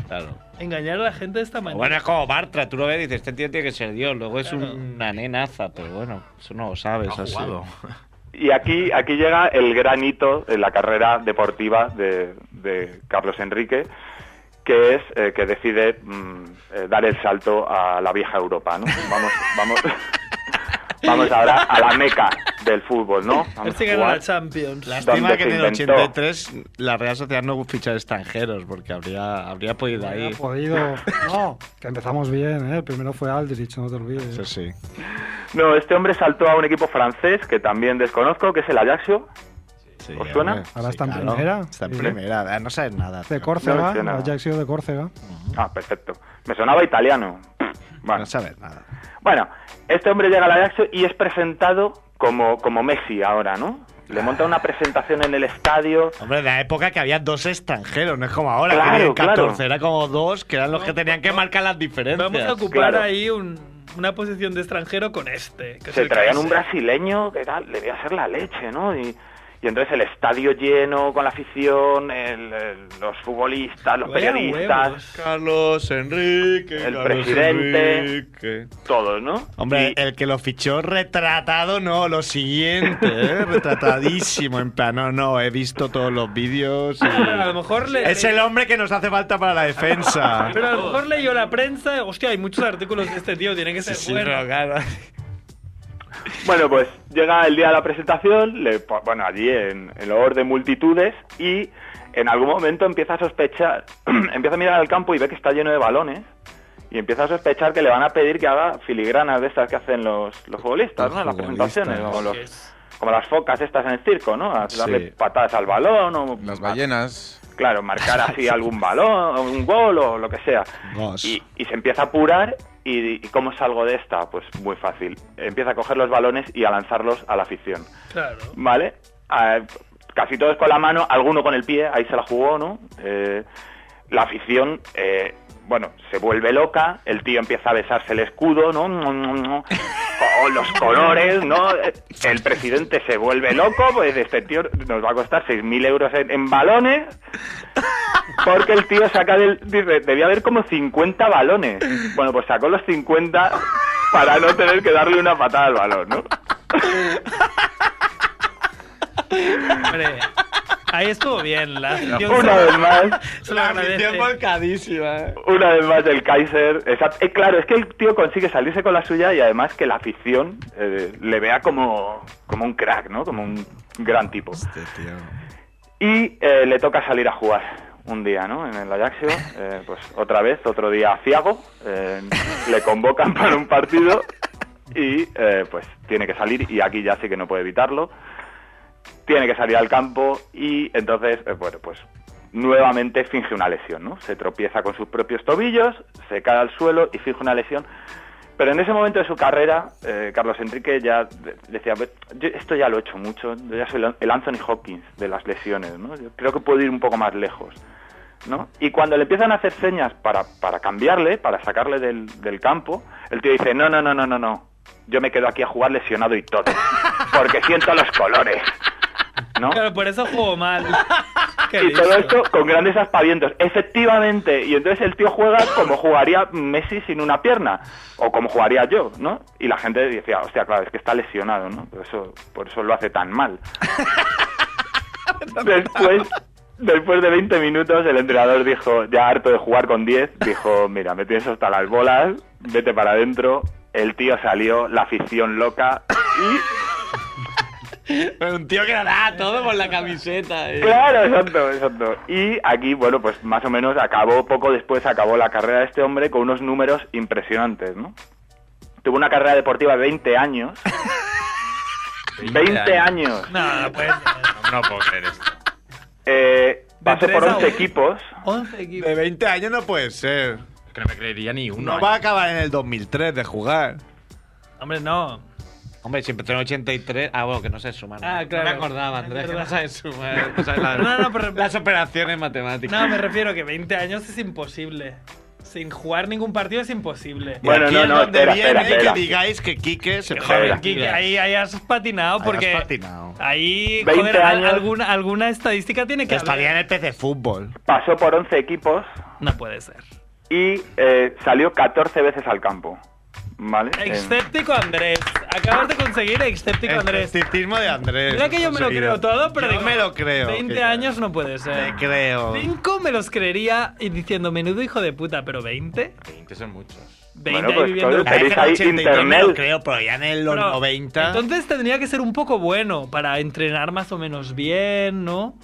S3: engañar a la gente de esta manera.
S13: Bueno, es como Bartra, tú lo ves y dices, este tío tiene que ser Dios. Luego es una nenaza, pero bueno, eso no lo sabes. así.
S9: y aquí, aquí llega el gran hito en la carrera deportiva de, de Carlos Enrique, que es eh, que decide mm, eh, dar el salto a la vieja Europa, ¿no? Vamos, vamos, (laughs) vamos ahora a la meca del fútbol, ¿no?
S3: a ver si
S9: Vamos a
S3: Este gana la
S9: jugar.
S3: Champions.
S7: Lástima
S9: ¿Dónde
S7: que
S9: se
S7: en el
S9: inventó?
S7: 83 la Real Sociedad no ficha extranjeros porque habría, habría podido ahí.
S2: Ha podido.
S3: (laughs)
S2: No, que empezamos bien, ¿eh? El primero fue Aldrich, no te olvides.
S7: Sí, sí.
S9: No, este hombre saltó a un equipo francés que también desconozco, que es el Ajaxio. ¿Os suena?
S2: Ahora está en primera.
S7: Está en
S2: Sí.
S7: primera, no sabes nada.
S2: De
S7: tío.
S3: este
S2: Córcega,
S9: suena.
S2: Ajaxio de Córcega.
S9: Ah, perfecto. Me sonaba italiano.
S7: No sabes nada.
S9: Bueno, este hombre llega al Ajax y es presentado como, como Messi ahora, ¿no? Le monta una presentación en el estadio.
S7: Hombre, la época que había dos extranjeros, no es como ahora,
S9: Claro,
S7: que había 14,
S9: claro.
S7: era como dos, que eran los que tenían que marcar las diferencias.
S3: Vamos a ocupar ahí un- una posición de extranjero con este. que es
S9: se
S3: el que
S9: traían
S3: hace.
S9: un brasileño que era- debía ser la leche, ¿no? Y, y entonces el estadio lleno con la afición, el- el- los futbolistas, los
S7: Vaya
S9: periodistas,
S7: Carlos Enrique,
S9: el
S7: Carlos
S9: presidente,
S7: Enrique.
S9: todos, ¿no?
S7: Hombre, el que lo fichó retratado, no, lo siguiente, ¿eh? retratadísimo. En plan, no, no, he visto todos los vídeos. y-
S3: (laughs) A lo mejor le.
S7: Es el hombre que nos hace falta para la defensa.
S3: (laughs) Pero a lo mejor leyó la prensa. Hostia, hay muchos artículos de este tío, tiene que ser bueno.
S9: Bueno, pues llega el día de la presentación, le po- bueno, allí en el horror de multitudes y en algún momento empieza a sospechar, (clears throat) empieza a mirar al campo y ve que está lleno de balones y empieza a sospechar que le van a pedir que haga filigranas de estas que hacen los, los futbolistas, ¿no? En Las presentaciones, como, los- como las focas estas en el circo, ¿no? A
S5: Sí.
S9: darle patadas al balón o...
S5: Las ballenas.
S9: Claro,
S5: (laughs)
S9: marcar así algún balón, o un gol o lo que sea. Y, y se empieza a apurar. ¿Y, ¿Y cómo salgo de esta? Pues muy fácil. Empieza a coger los balones y a lanzarlos a la afición.
S3: Claro.
S9: ¿Vale? Ah, casi todos con la mano, alguno con el pie, ahí se la jugó, ¿no? Eh, la afición, eh, bueno, se vuelve loca, el tío empieza a besarse el escudo, ¿no? Mm, mm, mm. O los colores, ¿no? Eh, El presidente se vuelve loco, pues este tío nos va a costar 6.000 euros en, en balones, porque el tío saca del... Dice, debía haber como 50 balones. Bueno, pues sacó los 50 para no tener que darle una patada al balón, ¿no?
S3: Hombre, ahí estuvo bien. La afición
S9: Una
S3: se-
S9: vez más.
S3: Se lo agradece.
S7: ¿eh?
S9: Una vez más el Kaiser. Exacto. Eh, claro, es que el tío consigue salirse con la suya y además que la afición eh, le vea como, como un crack, ¿no? Como un gran tipo. Y eh, le toca salir a jugar un día, ¿no? En el Ajaxio. eh, pues otra vez, otro día a Ciago. eh, le convocan para un partido y eh, pues tiene que salir y aquí ya sí que no puede evitarlo. Tiene que salir al campo y entonces, eh, bueno, pues nuevamente finge una lesión, ¿no? Se tropieza con sus propios tobillos, se cae al suelo y finge una lesión. Pero en ese momento de su carrera, eh, Carlos Enrique ya de- decía, "Ve, yo esto ya lo he hecho mucho, yo ya soy el- el Anthony Hopkins de las lesiones, ¿no? Yo creo que puedo ir un poco más lejos, ¿no? Y cuando le empiezan a hacer señas para, para cambiarle, para sacarle del, del campo, el tío dice, no, no, no, no, no, no, yo me quedo aquí a jugar lesionado y todo, porque siento los colores, ¿no?
S3: Claro, por eso jugó
S9: (laughs)
S3: mal. Qué
S9: Y
S3: listo.
S9: todo esto con grandes aspavientos. Efectivamente. Y entonces el tío juega como jugaría Messi sin una pierna. O como jugaría yo, ¿no? Y la gente decía, hostia, claro, es que está lesionado, ¿no? Por eso, por eso lo hace tan
S13: (laughs)
S9: mal. después, después de 20 minutos, el entrenador dijo, ya harto de jugar con 10, dijo, mira, me tienes hasta las bolas, vete para adentro. El tío salió, la afición loca.
S13: Pero (laughs) un tío que dará todo por la camiseta. eh.
S9: Claro, exacto, exacto. Y aquí, bueno, pues más o menos acabó, poco después acabó la carrera de este hombre con unos números impresionantes, ¿no? Tuvo una carrera deportiva de 20 años. 20 años.
S3: No, no puede ser.
S4: No puedo creer esto.
S9: Eh,
S4: De
S9: pasó
S4: tres
S9: por
S4: a
S9: 11
S4: un-
S9: equipos.
S3: 11 equipos.
S7: De 20 años no puede ser.
S4: Que no me creería ni uno.
S7: No va a acabar en el 2003 de jugar.
S3: Hombre, no.
S13: Hombre, siempre tengo 83. Ah, bueno, que no sé sumar.
S3: Ah, claro.
S13: No me acordaba, Andrés,
S3: Es
S13: que no
S3: verdad.
S13: sabes sumar. no sabes
S3: (laughs)
S13: las-
S3: No, no, pero-
S13: Las operaciones matemáticas.
S3: No, me
S9: (laughs)
S3: refiero que 20 años es imposible. Sin jugar ningún partido es imposible.
S7: Y aquí es donde
S9: espera,
S7: viene
S9: espera, espera.
S7: que digáis que Quique se
S3: Joder, Kike, ahí, ahí has patinado
S7: has
S3: porque.
S7: patinado.
S3: Ahí,
S9: 20
S3: joder, al-
S9: años.
S3: alguna, alguna estadística tiene que haber.
S7: en el PC Fútbol.
S9: Pasó por 11 equipos
S3: No puede ser.
S9: y eh, salió 14 veces al campo. ¿Vale? En-
S3: Excéptico Andrés. Acabas de conseguir Excéptico Andrés.
S7: Escepticismo de Andrés.
S3: Mira que yo me lo creo todo, pero
S7: Yo
S3: digo,
S7: me lo creo.
S3: 20
S7: Kike.
S3: años no puede ser.
S7: Me creo.
S3: 5 me los creería y diciendo menudo hijo de puta, pero 20?
S4: 20 son muchos.
S3: 20
S9: Bueno, pues,
S3: ahí viviendo.
S9: coño, tenéis ahí internet.
S7: Yo me lo creo, pero ya en los
S3: Pero,
S7: 90.
S3: Entonces tendría que ser un poco bueno para entrenar más o menos bien, ¿no?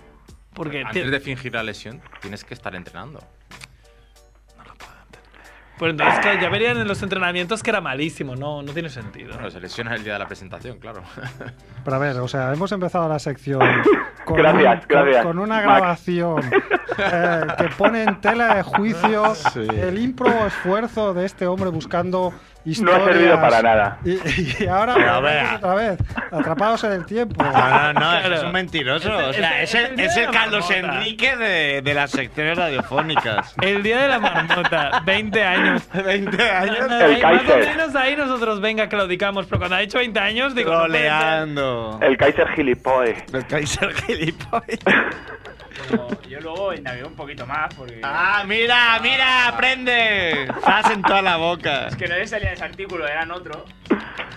S3: Porque.
S4: Antes
S3: tiene-
S4: de fingir la lesión, tienes que estar entrenando.
S3: Pues entonces, claro, ya verían en los entrenamientos que era malísimo, no, no tiene sentido.
S4: Bueno, se lesiona el día de la
S7: (laughs)
S4: presentación, claro.
S2: Pero a ver, o sea, hemos empezado la sección con,
S4: Gracias,
S2: con-
S4: gracias,
S2: con una
S4: Max.
S2: grabación eh, que pone en tela de juicio el impro esfuerzo de este hombre buscando historias.
S9: servido para nada.
S2: Y, y ahora
S7: Pero
S2: volvemos
S7: vea.
S2: otra vez, atrapados en el tiempo.
S7: No, no, no,
S2: Claro.
S7: es un mentiroso. O sea, es
S3: Ese-
S7: el, es el Carlos Enrique de, de las secciones radiofónicas.
S3: El día de la
S7: (laughs)
S3: marmota, 20 años.
S7: 20 años.
S3: Nada,
S7: El
S3: y más o
S7: Kaiser.
S3: menos ahí nosotros, venga, claudicamos. Pero cuando ha hecho 20 años, digo, no puede ser.
S7: Troleando.
S9: El Kaiser gilipoe.
S7: El Kaiser gilipoe.
S12: Yo luego indagué un poquito más porque.
S7: ¡Ah, mira, mira! ¡Aprende! Fas en toda la boca.
S12: Es que no les salía ese artículo, eran otro.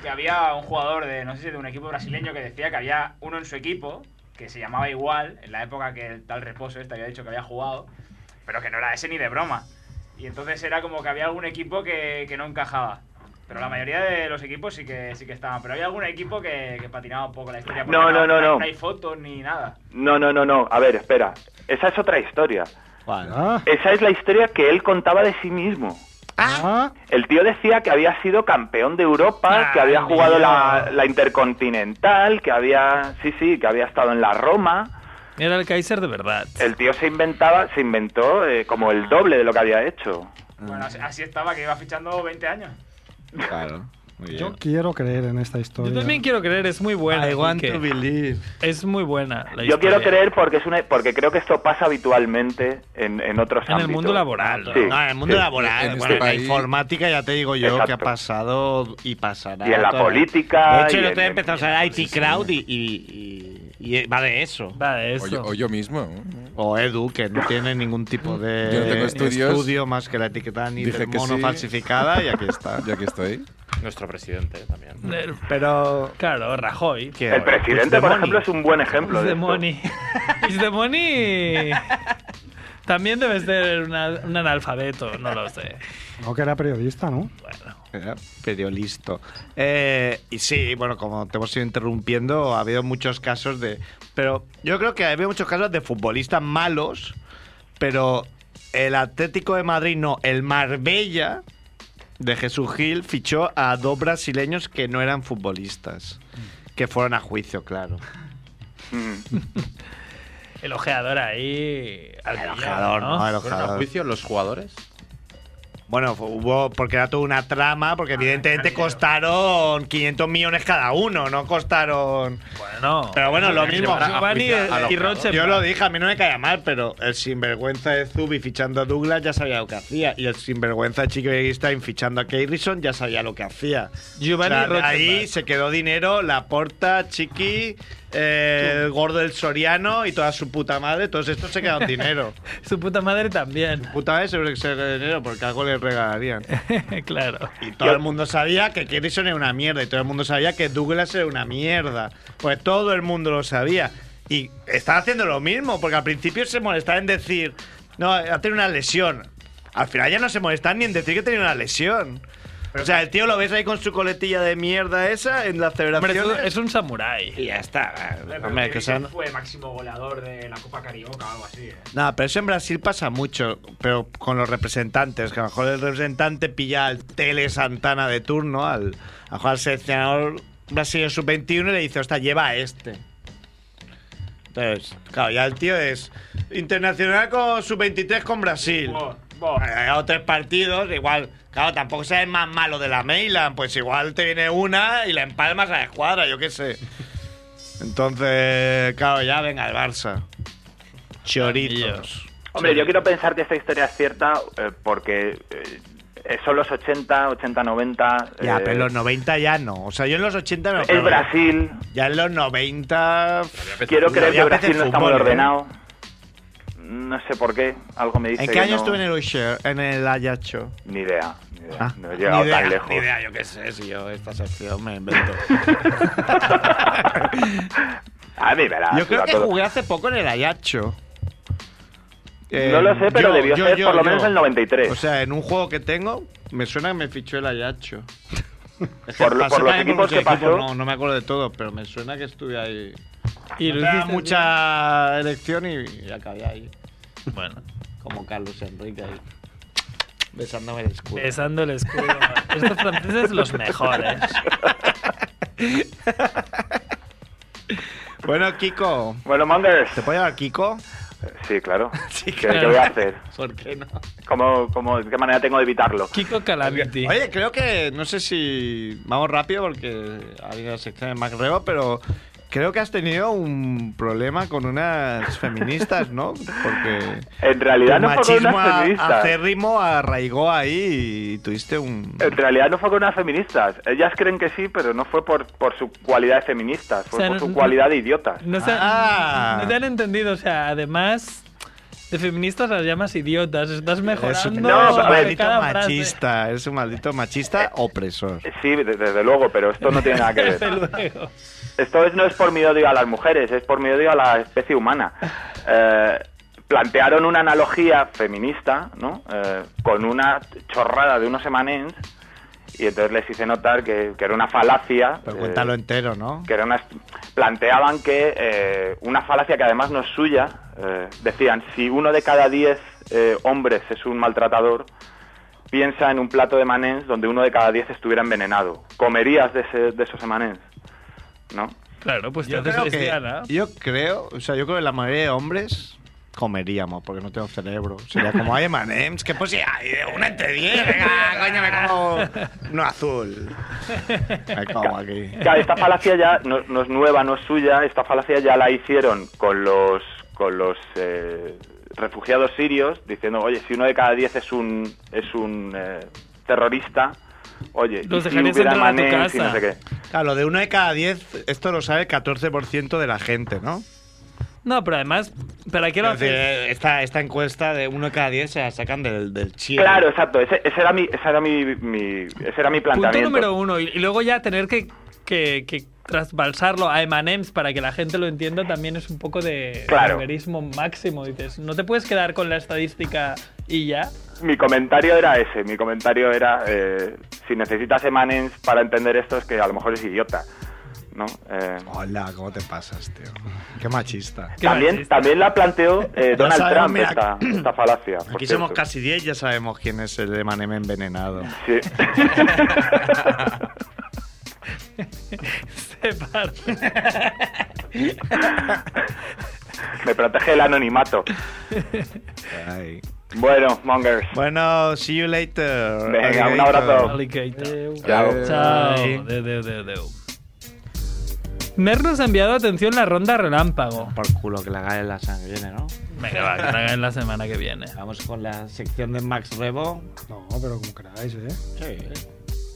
S12: Que había un jugador de, no sé si de un equipo brasileño, que decía que había uno en su equipo que se llamaba igual, en la época que el tal reposo este había dicho que había jugado, pero que no era ese ni de broma. Y entonces era como que había algún equipo que, que no encajaba. Pero la mayoría de los equipos sí que sí que estaban. Pero había algún equipo que, que patinaba un poco la historia. porque
S9: No, no, no, no.
S12: No hay fotos ni nada.
S9: No, no, no, no. A ver, espera. Esa es otra historia.
S7: Ah.
S9: Esa es la historia que él contaba de sí mismo. El tío decía que había sido campeón de
S7: Ah,
S9: Europa, que había jugado la, la Intercontinental, que había, sí, sí, que había estado en la Roma.
S3: Era el Kaiser de verdad.
S9: El tío se inventaba, se inventó eh, como el doble de lo que había hecho.
S12: Bueno, así, así estaba, que iba fichando 20 años.
S9: Claro.
S2: Yo quiero creer en esta historia.
S3: Yo también quiero creer, es muy buena.
S2: I want
S3: Quique.
S2: to
S3: Es muy buena la
S9: Yo quiero
S3: historia.
S9: creer porque es una, porque creo que esto pasa habitualmente en, en otros
S3: En el
S9: ámbitos.
S3: mundo laboral,
S9: Sí,
S7: No, en el mundo
S9: sí. este
S7: laboral, bueno, en la informática ya te digo yo que ha pasado y pasará.
S9: Y en la
S7: todavía.
S9: política,
S7: De hecho,
S9: y
S7: el
S9: en-
S7: otro día empezó a usar IT Crowd y, y- y- y va de eso.
S3: Va de
S5: O yo, o yo mismo. ¿no?
S7: O Edu, que no tiene ningún tipo de
S5: Yo no tengo estudios.
S7: estudio más que la etiqueta ni
S5: Dije
S7: del
S5: que
S7: mono
S5: sí.
S7: falsificada y aquí está.
S5: Y aquí estoy.
S4: Nuestro presidente también.
S7: Pero...
S3: Claro, Rajoy.
S9: El presidente, por ejemplo, es un buen ejemplo
S3: Is
S9: de
S3: the
S9: esto.
S3: money. (laughs) Is the money. También debe ser una- un analfabeto, no lo sé.
S2: No, que era periodista, ¿no?
S7: Era Periodista. Eh, y sí, bueno, como te hemos ido interrumpiendo, ha habido muchos casos de. Pero yo creo que ha habido muchos casos de futbolistas malos, pero el Atlético de Madrid no, el Marbella de Jesús Gil fichó a dos brasileños que no eran futbolistas, que fueron a juicio, claro.
S3: El ojeador ahí. al millón,
S7: ojeador, no, el
S4: ¿Fueron a
S7: ojeador.
S4: juicio los jugadores?
S7: Bueno, fu- hubo, porque era toda una trama,
S3: Ah,
S7: porque evidentemente costaron 500 millones cada uno, no costaron.
S3: Bueno,
S7: pero bueno, lo
S3: Pero
S7: mismo.
S3: para Giovanni a los y Roche-
S7: Yo lo dije, a mí no me caía mal, pero el sinvergüenza de Zubi fichando a Douglas ya sabía lo que hacía. Y el sinvergüenza de Chico Beristain fichando a Keirison ya sabía lo que hacía.
S3: Giovanni
S7: O sea,
S3: Roche-
S7: ahí se quedó dinero, la porta, Chiqui, eh, el gordo del Soriano y toda su puta madre, todos estos se quedaron dinero.
S3: (laughs) Su puta madre también.
S7: puta madre seguro que se quedó dinero porque algo le regalarían.
S3: (laughs) claro.
S7: Y todo el mundo sabía que Kirison era una mierda y todo el mundo sabía que Douglas era una mierda. Pues todo el mundo lo sabía. Y estaba haciendo lo mismo, porque al principio se molestaba en decir, no, ha tenido una lesión. Al final ya no se molestan ni en decir que tenía una lesión. o sea, el tío lo ves ahí con su coletilla de mierda esa en la
S3: Hombre,
S7: celebración.
S3: tú- es un samurái.
S7: Y ya está.
S12: Pero
S7: Hombre, que
S12: Vinicius
S7: sean-
S12: fue máximo goleador de la Copa Carioca o algo así. ¿eh?
S7: No, pero eso en Brasil pasa mucho, pero con los representantes, que a lo mejor el representante pilla al Tele Santana de turno, al, a lo mejor al seleccionador brasileño sub-21 y le dice, hostia, lleva a este. Entonces, claro, ya el tío es internacional con sub-23 con Brasil. Ha ganado tres partidos, igual, claro, tampoco sea el más malo de la Mailand, pues igual te viene una y la empalmas a la escuadra, yo qué sé. Entonces, claro, ya venga el Barça. Choritos.
S9: Hombre, yo quiero pensar que esta historia es cierta eh, porque eh, eh, son los 80, 80, 90.
S7: Ya,
S9: eh,
S7: pero en los 90 ya no. O sea, yo en los 80 no.
S9: Es
S7: pero
S9: Brasil.
S7: Ya en los 90.
S9: Quiero creer que
S7: había
S9: Brasil
S7: PC
S9: no está muy
S7: fútbol, ¿eh?
S9: ordenado. No sé por qué, algo me dice
S7: ¿En qué
S9: que
S7: año
S9: no-
S7: estuve en el Usher? En el Ayacho.
S9: Ni idea, ni idea.
S7: Ah,
S9: no he llegado
S7: ni idea,
S9: tan lejos.
S7: Ni idea, yo qué sé, si yo esta sección me invento.
S9: (laughs) A mí me la
S7: yo creo
S9: suda
S7: que
S9: todo.
S7: jugué hace poco en el Ayacho. Eh,
S9: No lo sé, pero debió ser por lo menos el 93.
S7: O sea, en un juego que tengo, me suena que me fichó el Ayacho. Es
S9: (laughs) Por lo-
S7: pasé
S9: por los
S7: también
S9: equipos
S7: muchos
S9: que pasó.
S7: No, no me acuerdo de todo, pero me suena que estuve ahí.
S3: Y
S7: No
S3: lo
S7: te da
S3: hiciste
S7: mucha elección y, y acabé ahí.
S3: Bueno.
S7: Como Carlos Enrique ahí.
S13: Besándome el escudo.
S3: Besando el escudo. Estos franceses los mejores.
S7: Bueno, Kiko.
S9: Bueno, Monders.
S7: ¿Te puedo llamar Kiko? (laughs)
S9: Sí, claro. ¿Qué- ¿Qué,
S7: claro.
S9: voy a hacer?
S13: ¿Por qué no?
S9: ¿Cómo, cómo, ¿De qué manera tengo de evitarlo?
S3: Kiko Calamity.
S7: Oye, creo que, no sé si vamos rápido porque ha habido la sección de Macreo, pero creo que has tenido un problema con unas feministas, ¿no? Porque
S9: En realidad
S7: tu
S9: no fue con
S7: machismo
S9: unas
S7: a-
S9: feministas.
S7: acérrimo arraigó ahí y tuviste un...
S9: En realidad no fue con unas feministas. Ellas creen que sí, pero no fue por, por su cualidad de feministas, fue
S3: O sea,
S9: por
S3: no-
S9: su cualidad de idiotas.
S3: No, se-
S7: Ah.
S3: no te han entendido, o sea, además de feministas las llamas idiotas, estás
S7: Es
S3: mejorando.
S7: un,
S3: cada
S7: es un maldito
S3: frase.
S7: machista, es un maldito machista opresor.
S9: Eh, Sí, de- desde luego, pero esto no tiene
S3: (laughs)
S9: nada que ver.
S3: Desde luego.
S9: Esto es- no es por mi odio a las mujeres, es por mi odio a la especie humana. Eh, plantearon una analogía feminista, ¿no? Eh, con una chorrada de unos emanens y entonces les hice notar que, que era una falacia.
S7: Pero
S9: eh,
S7: cuéntalo entero, ¿no?
S9: que era una, planteaban que eh, una falacia que además no es suya, eh, decían, si uno de cada diez eh, hombres es un maltratador, piensa en un plato de manens donde uno de cada diez estuviera envenenado. ¿Comerías de, ese- de esos manens? ¿No?
S3: Claro, pues te
S7: Yo
S3: haces
S7: creo, que-
S3: lesbiana.
S7: yo creo, o sea, yo creo que la mayoría de hombres comeríamos, porque no tengo cerebro. Sería como, ay, manems, que pues sí, ay, una entre diez, venga, coño, me como uno azul.
S9: (laughs)
S7: Me como aquí.
S9: Claro, esta falacia ya no, no es nueva, no es suya. Esta falacia ya la hicieron con los con los eh, refugiados sirios, diciendo, oye, si uno de cada diez es un es un eh, terrorista, oye, y
S7: Los
S9: si
S7: dejarías entrar
S9: hubiera
S7: a tu
S9: Manens y no
S7: casa.
S9: sé qué.
S7: Claro, lo de uno de cada diez, esto lo sabe el 14% de la gente, ¿no? eh,
S3: No, pero además, ¿para qué
S7: lo
S13: Es decir, Esta, esta encuesta de uno de cada diez se la sacan del, del chill.
S9: Claro, exacto. Ese, ese era mi, ese era mi, mi- ese era mi
S3: Punto
S9: planteamiento.
S3: número uno. Y, y luego ya tener que, que, que trasbalsarlo a Emanems para que la gente lo entienda también es un poco de
S9: Claro.
S3: vulgarismo máximo. Dices, no te puedes quedar con la estadística y ya.
S9: Mi comentario era ese. Mi comentario era eh, si necesitas emanens para entender esto es que a lo mejor es idiota, ¿no? Eh, (laughs)
S7: Hola, ¿cómo te pasas, tío? Qué machista.
S9: también, también la planteó eh,
S7: No
S9: Donald
S7: sabemos,
S9: Trump
S7: mira,
S9: esta, esta falacia. por
S7: Aquí somos
S9: cierto.
S7: casi 10, ya sabemos quién es el Emanem envenenado. (laughs)
S9: Sí.
S3: Se parte.
S9: Me protege el anonimato. Bueno, mongers.
S7: Bueno, see you later.
S9: Venga, un abrazo.
S3: Alligator.
S9: Chao.
S3: Chao.
S7: Ay.
S3: Deu, deu, deu, deu. Mer nos ha enviado atención la ronda relámpago.
S13: Por culo que la gane la sangre, viene, ¿no?
S3: Venga, va, que la hagan la semana que viene.
S13: Vamos con la sección de Max Rebo.
S2: No, pero como queráis, ¿eh?
S13: Sí.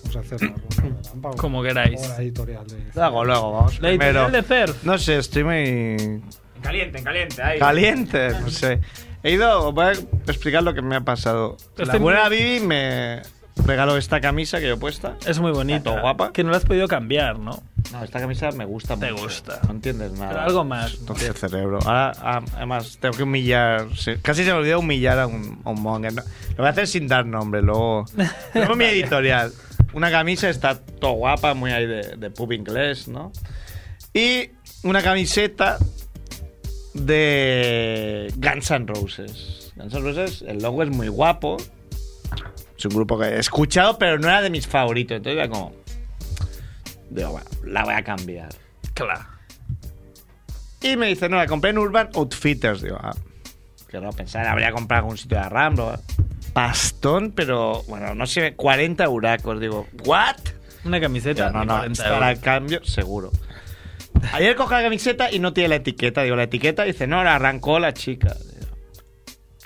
S2: Vamos a hacer una ronda de lámpago.
S3: Como queráis.
S2: O la editorial de-
S7: Luego, luego, vamos.
S2: La
S7: primero.
S2: editorial de
S7: No sé, estoy muy
S12: En caliente, en caliente. Ahí.
S7: caliente, no sé. He ido, voy a explicar lo que me ha pasado. La
S3: Estoy
S7: buena
S3: muy-
S7: Vivi me regaló esta camisa que yo he puesta.
S3: Es muy bonito. guapa. Que no la has podido cambiar, ¿no?
S13: No, esta camisa me gusta
S3: Te
S13: mucho.
S3: gusta.
S13: No entiendes nada.
S3: Pero algo más.
S7: No tiene cerebro. Ahora, ah, además, tengo que humillar. sí, Casi se me olvidó humillar a un, a un monger. No, lo voy a hacer sin dar nombre, luego. Luego mi editorial. Una camisa está todo guapa, muy ahí de, de pub inglés, ¿no? Y una camiseta de Guns N' Roses. Guns N' Roses, el logo es muy guapo. Es un grupo que he escuchado, pero no era de mis favoritos. Entonces era como. digo, bueno, la voy a cambiar.
S3: Claro.
S7: Y me dice, no, la compré en Urban Outfitters. Digo, ah, que no pensar, habría comprado en algún sitio de Ramblo. Pastón, pero bueno, no sé, 40 huracos. Digo, ¿what?
S3: Una camiseta.
S7: no,
S3: de
S7: no,
S3: 40
S7: para
S3: euros.
S7: cambio, seguro. Ayer cojo la camiseta y no tiene la etiqueta. Digo, la etiqueta dice, no, la arrancó la chica. Digo,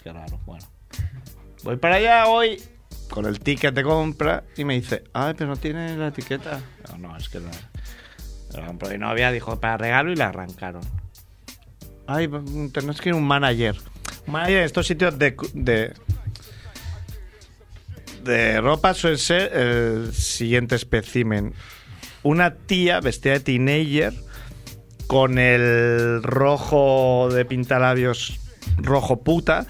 S7: Qué raro, bueno. Voy para allá hoy con el ticket de compra y me dice, ay, pero no tiene la etiqueta. Digo, no, es que no. Lo compró mi novia, dijo, para regalo y la arrancaron. Ay, tenemos que ir un manager. Un manager en estos sitios de, cu- de, de ropa suele ser el siguiente espécimen. Una tía vestida de teenager con el rojo de pintalabios rojo puta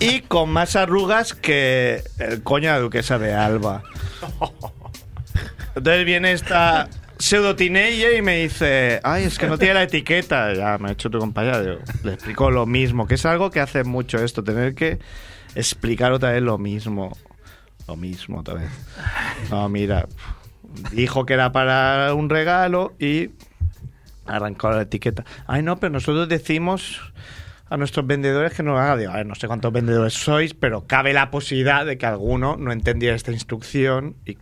S7: y con más arrugas que el coño de la duquesa de Alba. Entonces viene esta pseudo teenager y me dice, ay, es que no tiene la etiqueta. Ya, me ha hecho tu compañero. Digo, Le explico lo mismo, que es algo que hace mucho esto, tener que explicar otra vez lo mismo. Lo mismo otra vez. No, mira, dijo que era para un regalo y arrancó la etiqueta. Ay, no, pero nosotros decimos a nuestros vendedores que nos haga. Digo, a ver, no sé cuántos vendedores sois, pero cabe la posibilidad de que alguno no entendiera esta instrucción y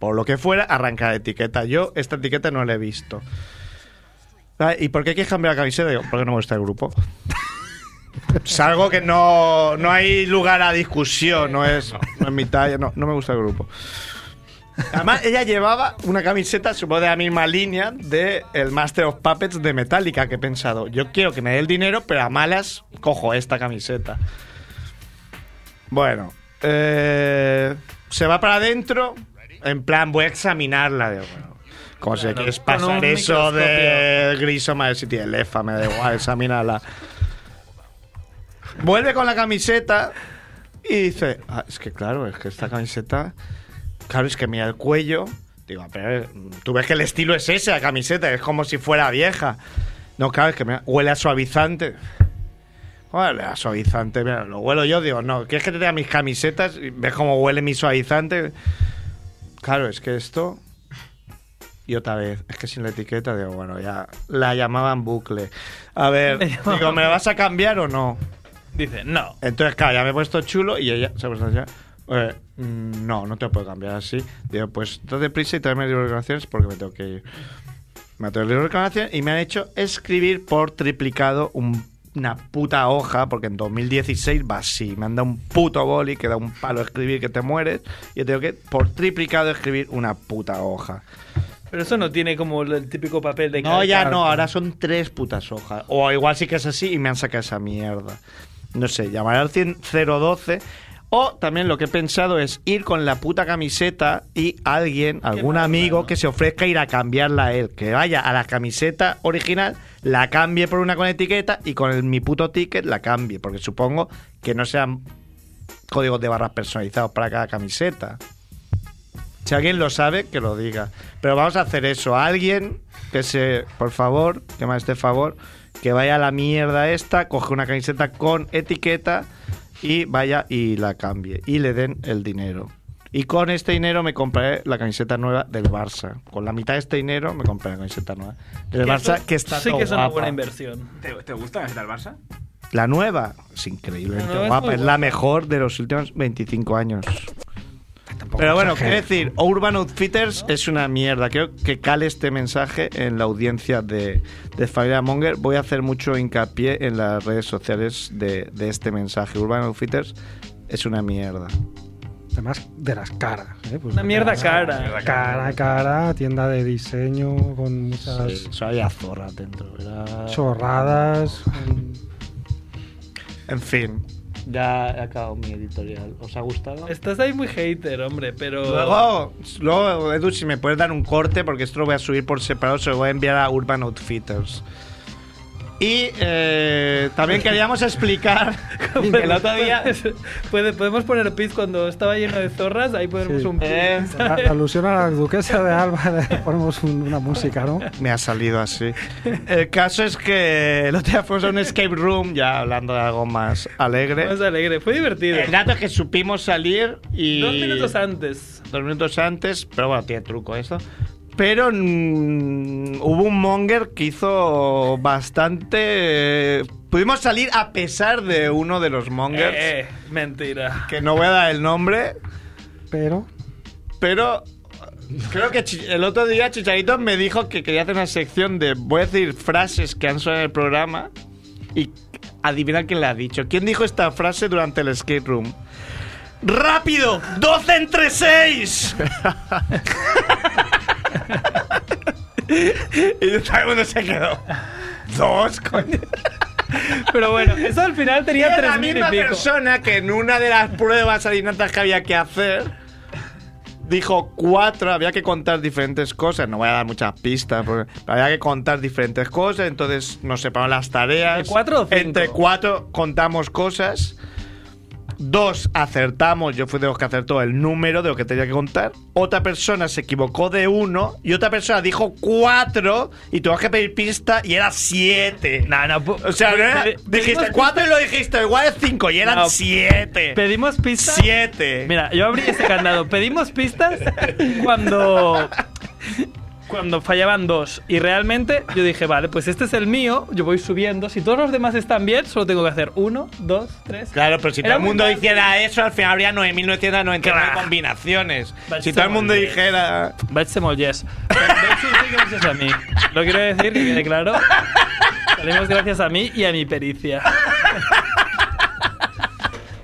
S7: por lo que fuera arranca la etiqueta. Yo esta etiqueta no la he visto. Ah, ¿Y por qué quieres cambiar la camiseta? Digo, porque no me gusta el grupo. Es algo que no, no hay lugar a discusión, no es, no es mi talla, no, no me gusta el grupo. Además, ella llevaba una camiseta, supongo, de la misma línea de el Master of Puppets de Metallica, que he pensado, yo quiero que me dé el dinero, pero a malas cojo esta camiseta. Bueno, eh, se va para adentro, en plan, voy a examinarla. Digo, bueno, como si quieres pasar
S13: un
S7: eso de
S13: microscopio.
S7: Grisoma, a ver si tiene lefa, me da igual, examínala. Vuelve con la camiseta y dice, "Ah, es que claro, es que esta camiseta, claro, es que mira el cuello. Digo, pero eh, tú ves que el estilo es ese, la camiseta, es como si fuera vieja. No, claro, es que mira, huele a suavizante. Huele a suavizante, mira, lo huelo yo, digo, no, ¿quieres que te dé mis camisetas? Y ¿Ves cómo huele mi suavizante? Claro, es que esto... Y otra vez, es que sin la etiqueta, digo, bueno, ya la llamaban bucle. A ver, digo, ¿me la vas a cambiar o no?
S3: Dice, no.
S7: Entonces, claro, ya me he puesto chulo y ella se ha puesto ya. eh, mm, no, no te lo puedo cambiar así. Digo, pues date prisa y tráeme el libro de reclamaciones porque me tengo que ir. Me ha traído el libro de reclamaciones y me han hecho escribir por triplicado un- una puta hoja porque en 2016 va así. Me han dado un puto boli que da un palo a escribir que te mueres y yo tengo que por triplicado escribir una puta hoja.
S3: Pero eso no tiene como el típico papel de
S7: No, ya
S3: calcar.
S7: no, ahora son tres putas hojas. O igual sí que es así y me han sacado esa mierda. No sé, llamar al 100 012. O también lo que he pensado es ir con la puta camiseta y alguien, algún amigo que se ofrezca a ir a cambiarla a él. Que vaya a la camiseta original, la cambie por una con etiqueta y con el- mi puto ticket la cambie. Porque supongo que no sean códigos de barras personalizados para cada camiseta. Si alguien lo sabe, que lo diga. Pero vamos a hacer eso. Alguien que se, por favor, que me haga este favor, que vaya a la mierda esta, coge una camiseta con etiqueta y vaya y la cambie. Y le den el dinero. Y con este dinero me compraré la camiseta nueva del Barça. Con la mitad de este dinero me compraré la camiseta nueva del
S12: Que
S7: Barça,
S12: esto
S7: que está
S3: Sí
S7: todo
S3: que es una
S7: guapa.
S3: buena inversión.
S12: ¿Te, te gusta la camiseta del Barça?
S7: La nueva es increíblemente
S12: La nueva es
S7: guapa.
S12: muy
S7: Es, la
S12: guapa.
S7: mejor de los últimos 25 años. Pero bueno, quiero
S12: exageres.
S7: decir, Urban Outfitters es una mierda. Creo que cale este mensaje en la audiencia de, de Familia Monger. Voy a hacer mucho hincapié en las redes sociales de, de este mensaje. Urban Outfitters es una mierda.
S2: Además, de las caras. ¿eh? Pues
S3: Una
S2: de
S3: mierda
S2: las-
S3: cara.
S2: Cara a cara, tienda de diseño con muchas
S7: Sí, eso había zorra dentro. era-
S2: chorradas.
S7: En fin.
S13: Ya he acabado mi editorial. ¿Os ha gustado?
S3: Estás ahí muy hater, hombre, pero.
S7: Luego, luego, Edu, si me puedes dar un corte, porque esto lo voy a subir por separado, se lo voy a enviar a Urban Outfitters. Y eh,
S3: (laughs)
S7: también queríamos explicar que el otro día
S3: Puede- podemos poner pis cuando estaba lleno de zorras, ahí ponemos
S2: Sí.
S3: un pis.
S13: Eh.
S2: A-
S7: Eh,
S3: (laughs)
S2: Alusión a la duquesa de Alba, le ponemos un- una música, ¿no?
S7: Me ha salido así. El caso es que el otro día fuimos a un escape room, ya hablando de algo más alegre.
S3: Más alegre, fue divertido.
S7: eh. El dato es que supimos salir y.
S3: Dos minutos antes.
S7: Dos minutos antes, pero bueno, tiene truco esto. Pero mm, hubo un monger que hizo bastante. eh, pudimos salir a pesar de uno de los mongers,
S3: Eh, mentira.
S7: que no voy a dar el nombre,
S2: Pero.
S7: pero. Creo que Chi- el otro día Chicharito me dijo que quería hacer una sección de. Voy a decir frases que han sonado en el programa y adivinar quién la ha dicho. ¿Quién dijo esta frase durante el escape room? ¡Rápido! ¡12 entre 6! (laughs) y todo el mundo se quedó. ¡Dos, coño!
S3: Pero bueno, eso al final tenía
S7: Era la
S3: 3.000 y
S7: misma
S3: pico.
S7: persona que en una de las pruebas adinatas que había que hacer dijo cuatro, había que contar diferentes cosas. No voy a dar muchas pistas, porque había que contar diferentes cosas. Entonces nos separamos las tareas.
S3: ¿Entre cuatro o cinco?
S7: Entre cuatro contamos cosas. Dos acertamos, yo fui de los que acertó el número de lo que tenía que contar. Otra persona se equivocó de uno y otra persona dijo cuatro y tuvimos que pedir pista y era siete. No, no, o sea, no era-
S3: pe-
S7: dijiste cuatro y lo dijiste, igual es cinco y eran
S3: No.
S7: siete.
S3: ¿Pedimos pistas?
S7: Siete.
S3: Mira, yo abrí ese candado. Pedimos pistas cuando. Cuando fallaban dos. Y realmente yo dije, vale, pues este es el mío, yo voy subiendo. Si todos los demás están bien, solo tengo que hacer uno, dos, tres.
S13: Claro, pero si
S3: Era
S13: todo el
S3: muy
S13: mundo
S3: fácil.
S13: hiciera eso, al final habría 9.999 combinaciones.
S3: Pues
S13: Si todo el mundo dijera.
S3: Vegetables, yes. Vegetables gracias a mí. Lo quiero decir, que quede claro. Salimos gracias a mí y a mi pericia.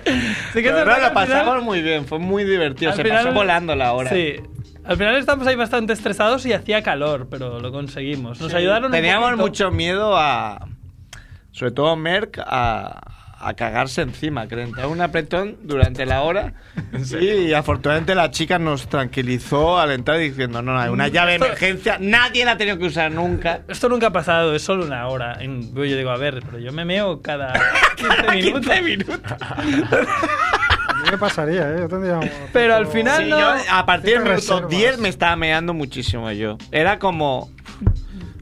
S3: Sí que es
S13: La
S3: verdad
S13: verdad,
S3: que
S13: la
S3: al final-
S13: pasamos muy bien, fue muy divertido.
S3: Al
S13: Se
S3: final-
S13: pasó volando la hora.
S3: Sí. Al final estamos ahí bastante estresados y hacía calor, pero lo conseguimos. Nos
S13: Sí.
S3: ayudaron un
S13: Teníamos
S3: poquito.
S13: mucho miedo a. Sobre todo Merck a, a cagarse encima, que le entraba un apretón durante la hora.
S7: Y afortunadamente la chica nos tranquilizó al entrar diciendo, no, no, hay una llave de emergencia.
S13: Nadie la ha tenido que usar nunca.
S3: Esto nunca ha pasado, es solo una hora. En- Yo digo, a ver, pero yo me meo
S13: (laughs)
S3: cada 15 minutos.
S2: A mí me pasaría, ¿eh? Yo tendría...
S3: (laughs) Pero al final
S13: Sí,
S3: no.
S13: yo a partir del
S2: Tengo
S13: minuto
S2: reservas.
S13: 10 me estaba meando muchísimo yo. Era como.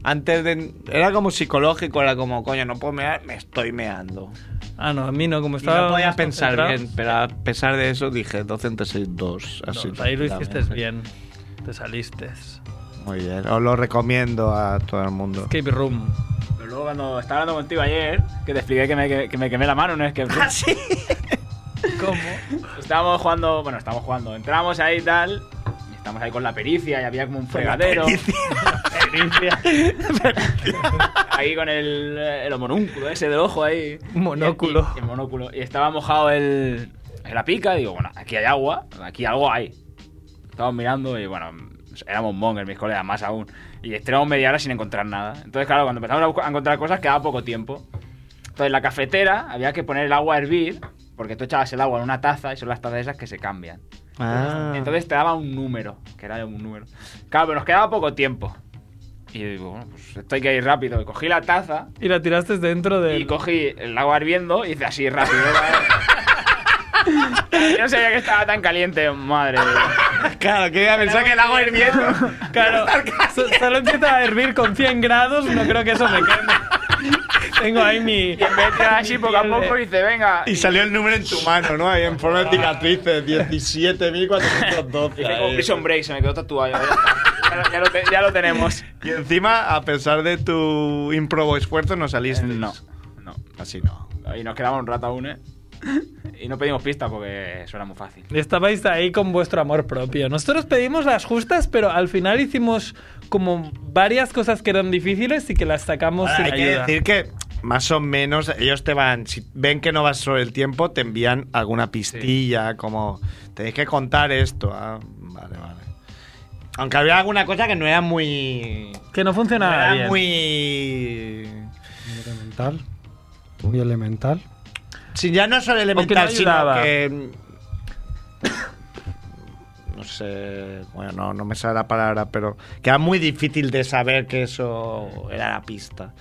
S13: Antes de. Era como psicológico, era como, coño, no puedo mear, me estoy meando.
S3: Ah, no, a mí no, como
S13: Y
S3: estaba.
S13: no podía
S3: más
S13: pensar
S3: concentrado.
S13: bien, pero a pesar de eso dije 12 entre 6, 2. Así.
S3: Ahí lo hiciste
S13: tranquilamente.
S3: bien. Te saliste.
S7: Muy bien, os lo recomiendo a todo el mundo.
S3: Escape Room.
S12: Pero luego cuando estaba hablando contigo ayer, que te expliqué que me, que, que me quemé la mano en un (laughs) escape room. ¿Ah, sí?
S3: ¿Cómo?
S12: Estábamos jugando, bueno, estábamos jugando, entramos ahí y tal, y estábamos ahí con la pericia y había como un fregadero. (laughs) Pericia. (laughs) ahí con el, el homonúnculo ese del ojo ahí.
S3: Monóculo.
S12: Y- y- el monóculo. Y estaba mojado el, la pica y digo, bueno, aquí hay agua, aquí algo hay. Estábamos mirando y bueno, éramos mongers, mis colegas, más aún. Y estiramos media hora sin encontrar nada. Entonces, claro, cuando empezamos a buscar- a encontrar cosas quedaba poco tiempo. Entonces, en la cafetera había que poner el agua a hervir, porque tú echabas el agua en una taza y son las tazas esas que se cambian.
S13: Ah.
S12: Entonces te daba un número, que era un número. Claro, pero nos quedaba poco tiempo. Y yo digo, bueno, pues esto hay que ir rápido. Y cogí la taza
S3: Y la tiraste dentro de.
S12: y cogí el agua hirviendo y hice así rápido.
S3: (laughs)
S12: ¿vale? Yo no sabía que estaba tan caliente, madre.
S13: (laughs) Claro, que iba a pensar que el agua hirviendo. (laughs)
S3: Claro, so- solo empieza a hervir con 100 grados, no creo que eso me queme.
S13: (laughs)
S3: Tengo ahí mi.
S12: Y en vez de así poco a
S3: piel de-
S12: poco dice, venga.
S7: Y salió el número en tu mano, ¿no? Ahí en forma de cicatrices,
S12: (laughs)
S7: 17.412.
S12: Dice, como Prison Break, se me quedó tatuado. Ya, lo- ya lo, te- ya lo tenemos.
S7: Y encima, a pesar de tu improbo esfuerzo, no saliste. No,
S12: Eh, no,
S7: así no.
S12: Y nos quedaba un rato aún, ¿eh? Y no pedimos pistas porque suena muy fácil.
S3: Estabais ahí con vuestro amor propio. Nosotros pedimos las justas, pero al final hicimos como varias cosas que eran difíciles y que las sacamos
S7: Ahora,
S3: sin
S7: Ah, hay
S3: ayuda.
S7: que decir que más o menos ellos te van, si ven que no vas sobre el tiempo, te envían alguna pistilla, como tenéis que contar esto. Ah, vale, vale. Aunque había alguna cosa que no era muy.
S3: Que no
S7: no
S3: funcionaba
S7: era
S3: bien.
S7: muy.
S2: Elemental. Muy elemental.
S7: Si ya no solo elemental, sino
S2: ayudaba.
S7: que. mm, No sé. Bueno, no, no me sale la palabra, pero. Que era muy difícil de saber que eso era la pista.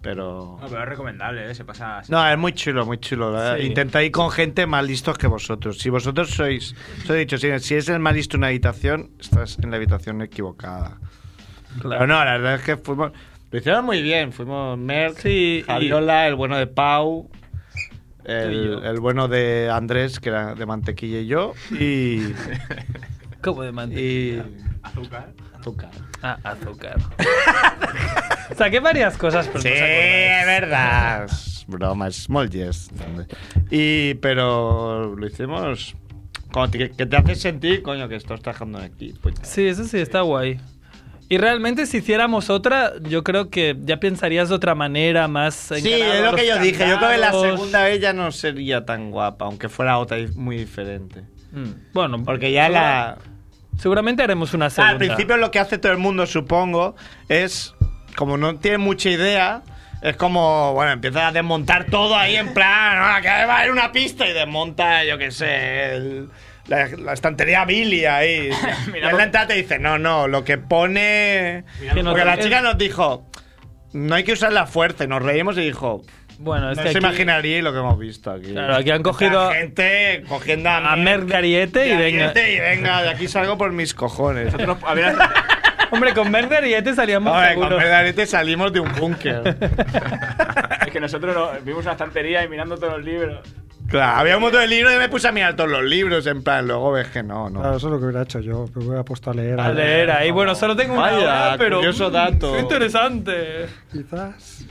S7: Pero.
S12: No, pero es recomendable, ¿eh? Se pasa así.
S7: No, es muy chulo, muy chulo. ¿verdad?
S12: Sí.
S7: Intentad ir con gente más listos que vosotros. Si vosotros sois. os he dicho, si, si es el más listo en una habitación, estás en la habitación equivocada. Pero no, la verdad es que fuimos.
S13: Lo hicieron muy bien. Fuimos Merck,
S3: sí,
S7: Javiola, el bueno de Pau, el, el bueno de Andrés, que era de mantequilla y yo, y.
S3: (laughs) ¿Cómo de mantequilla?
S12: ¿Azúcar?
S7: Azúcar.
S3: Ah, azúcar. Saqué varias cosas, pero
S7: Sí,
S3: no os acordáis.
S7: es verdad. Bromas, small yes. Y, pero lo hicimos. Como te- que te hace sentir, coño, que estás trabajando aquí. Pues,
S3: Sí, eso sí, está guay. Y realmente si hiciéramos otra, yo creo que ya pensarías de otra manera, más...
S7: Sí,
S3: encarado
S7: es
S3: a
S7: lo
S3: los
S7: que yo dije. Yo creo que la
S3: candados.
S7: segunda vez ya no sería tan guapa, aunque fuera otra y muy diferente.
S3: Mm, Bueno,
S7: Porque ya la.
S3: Seguramente haremos una segunda.
S7: Al principio lo que hace todo el mundo, supongo, es como no tiene mucha idea, es como, bueno, empieza a desmontar todo ahí en plan, "Ah, que va a haber una pista y desmonta, yo qué sé, el- la, la estantería Billy
S3: (laughs)
S7: ahí. y en la entrada te dice, no, no, lo que pone...
S13: Que no
S7: Porque
S13: te-
S7: la chica nos dijo, no hay que usar la fuerza, y nos reímos y dijo...
S3: Bueno, es
S7: no
S3: que
S7: se
S3: aquí-
S7: imaginaría lo que hemos visto aquí.
S3: Claro, aquí han cogido-
S7: La gente cogiendo a,
S3: A Merck de Ariete y
S7: de
S3: venga.
S7: Ariete y venga, de aquí salgo por mis cojones.
S3: (laughs) Hombre, con Merck de Ariete salíamos
S7: Hombre, con
S3: seguros.
S7: Merck de Ariete salimos de un
S2: (laughs)
S7: búnker.
S12: Es que nosotros no- vimos una estantería y mirando todos los libros.
S7: Claro, había un montón de libros y me puse a mirar todos los libros, en plan, luego ves que no, no.
S2: Claro, eso es lo que hubiera hecho yo. Me hubiera puesto a leer.
S3: A leer ahí, bueno, solo tengo una
S7: Vaya,
S3: hora, pero.
S7: curioso dato.
S3: Qué interesante.
S2: Quizás.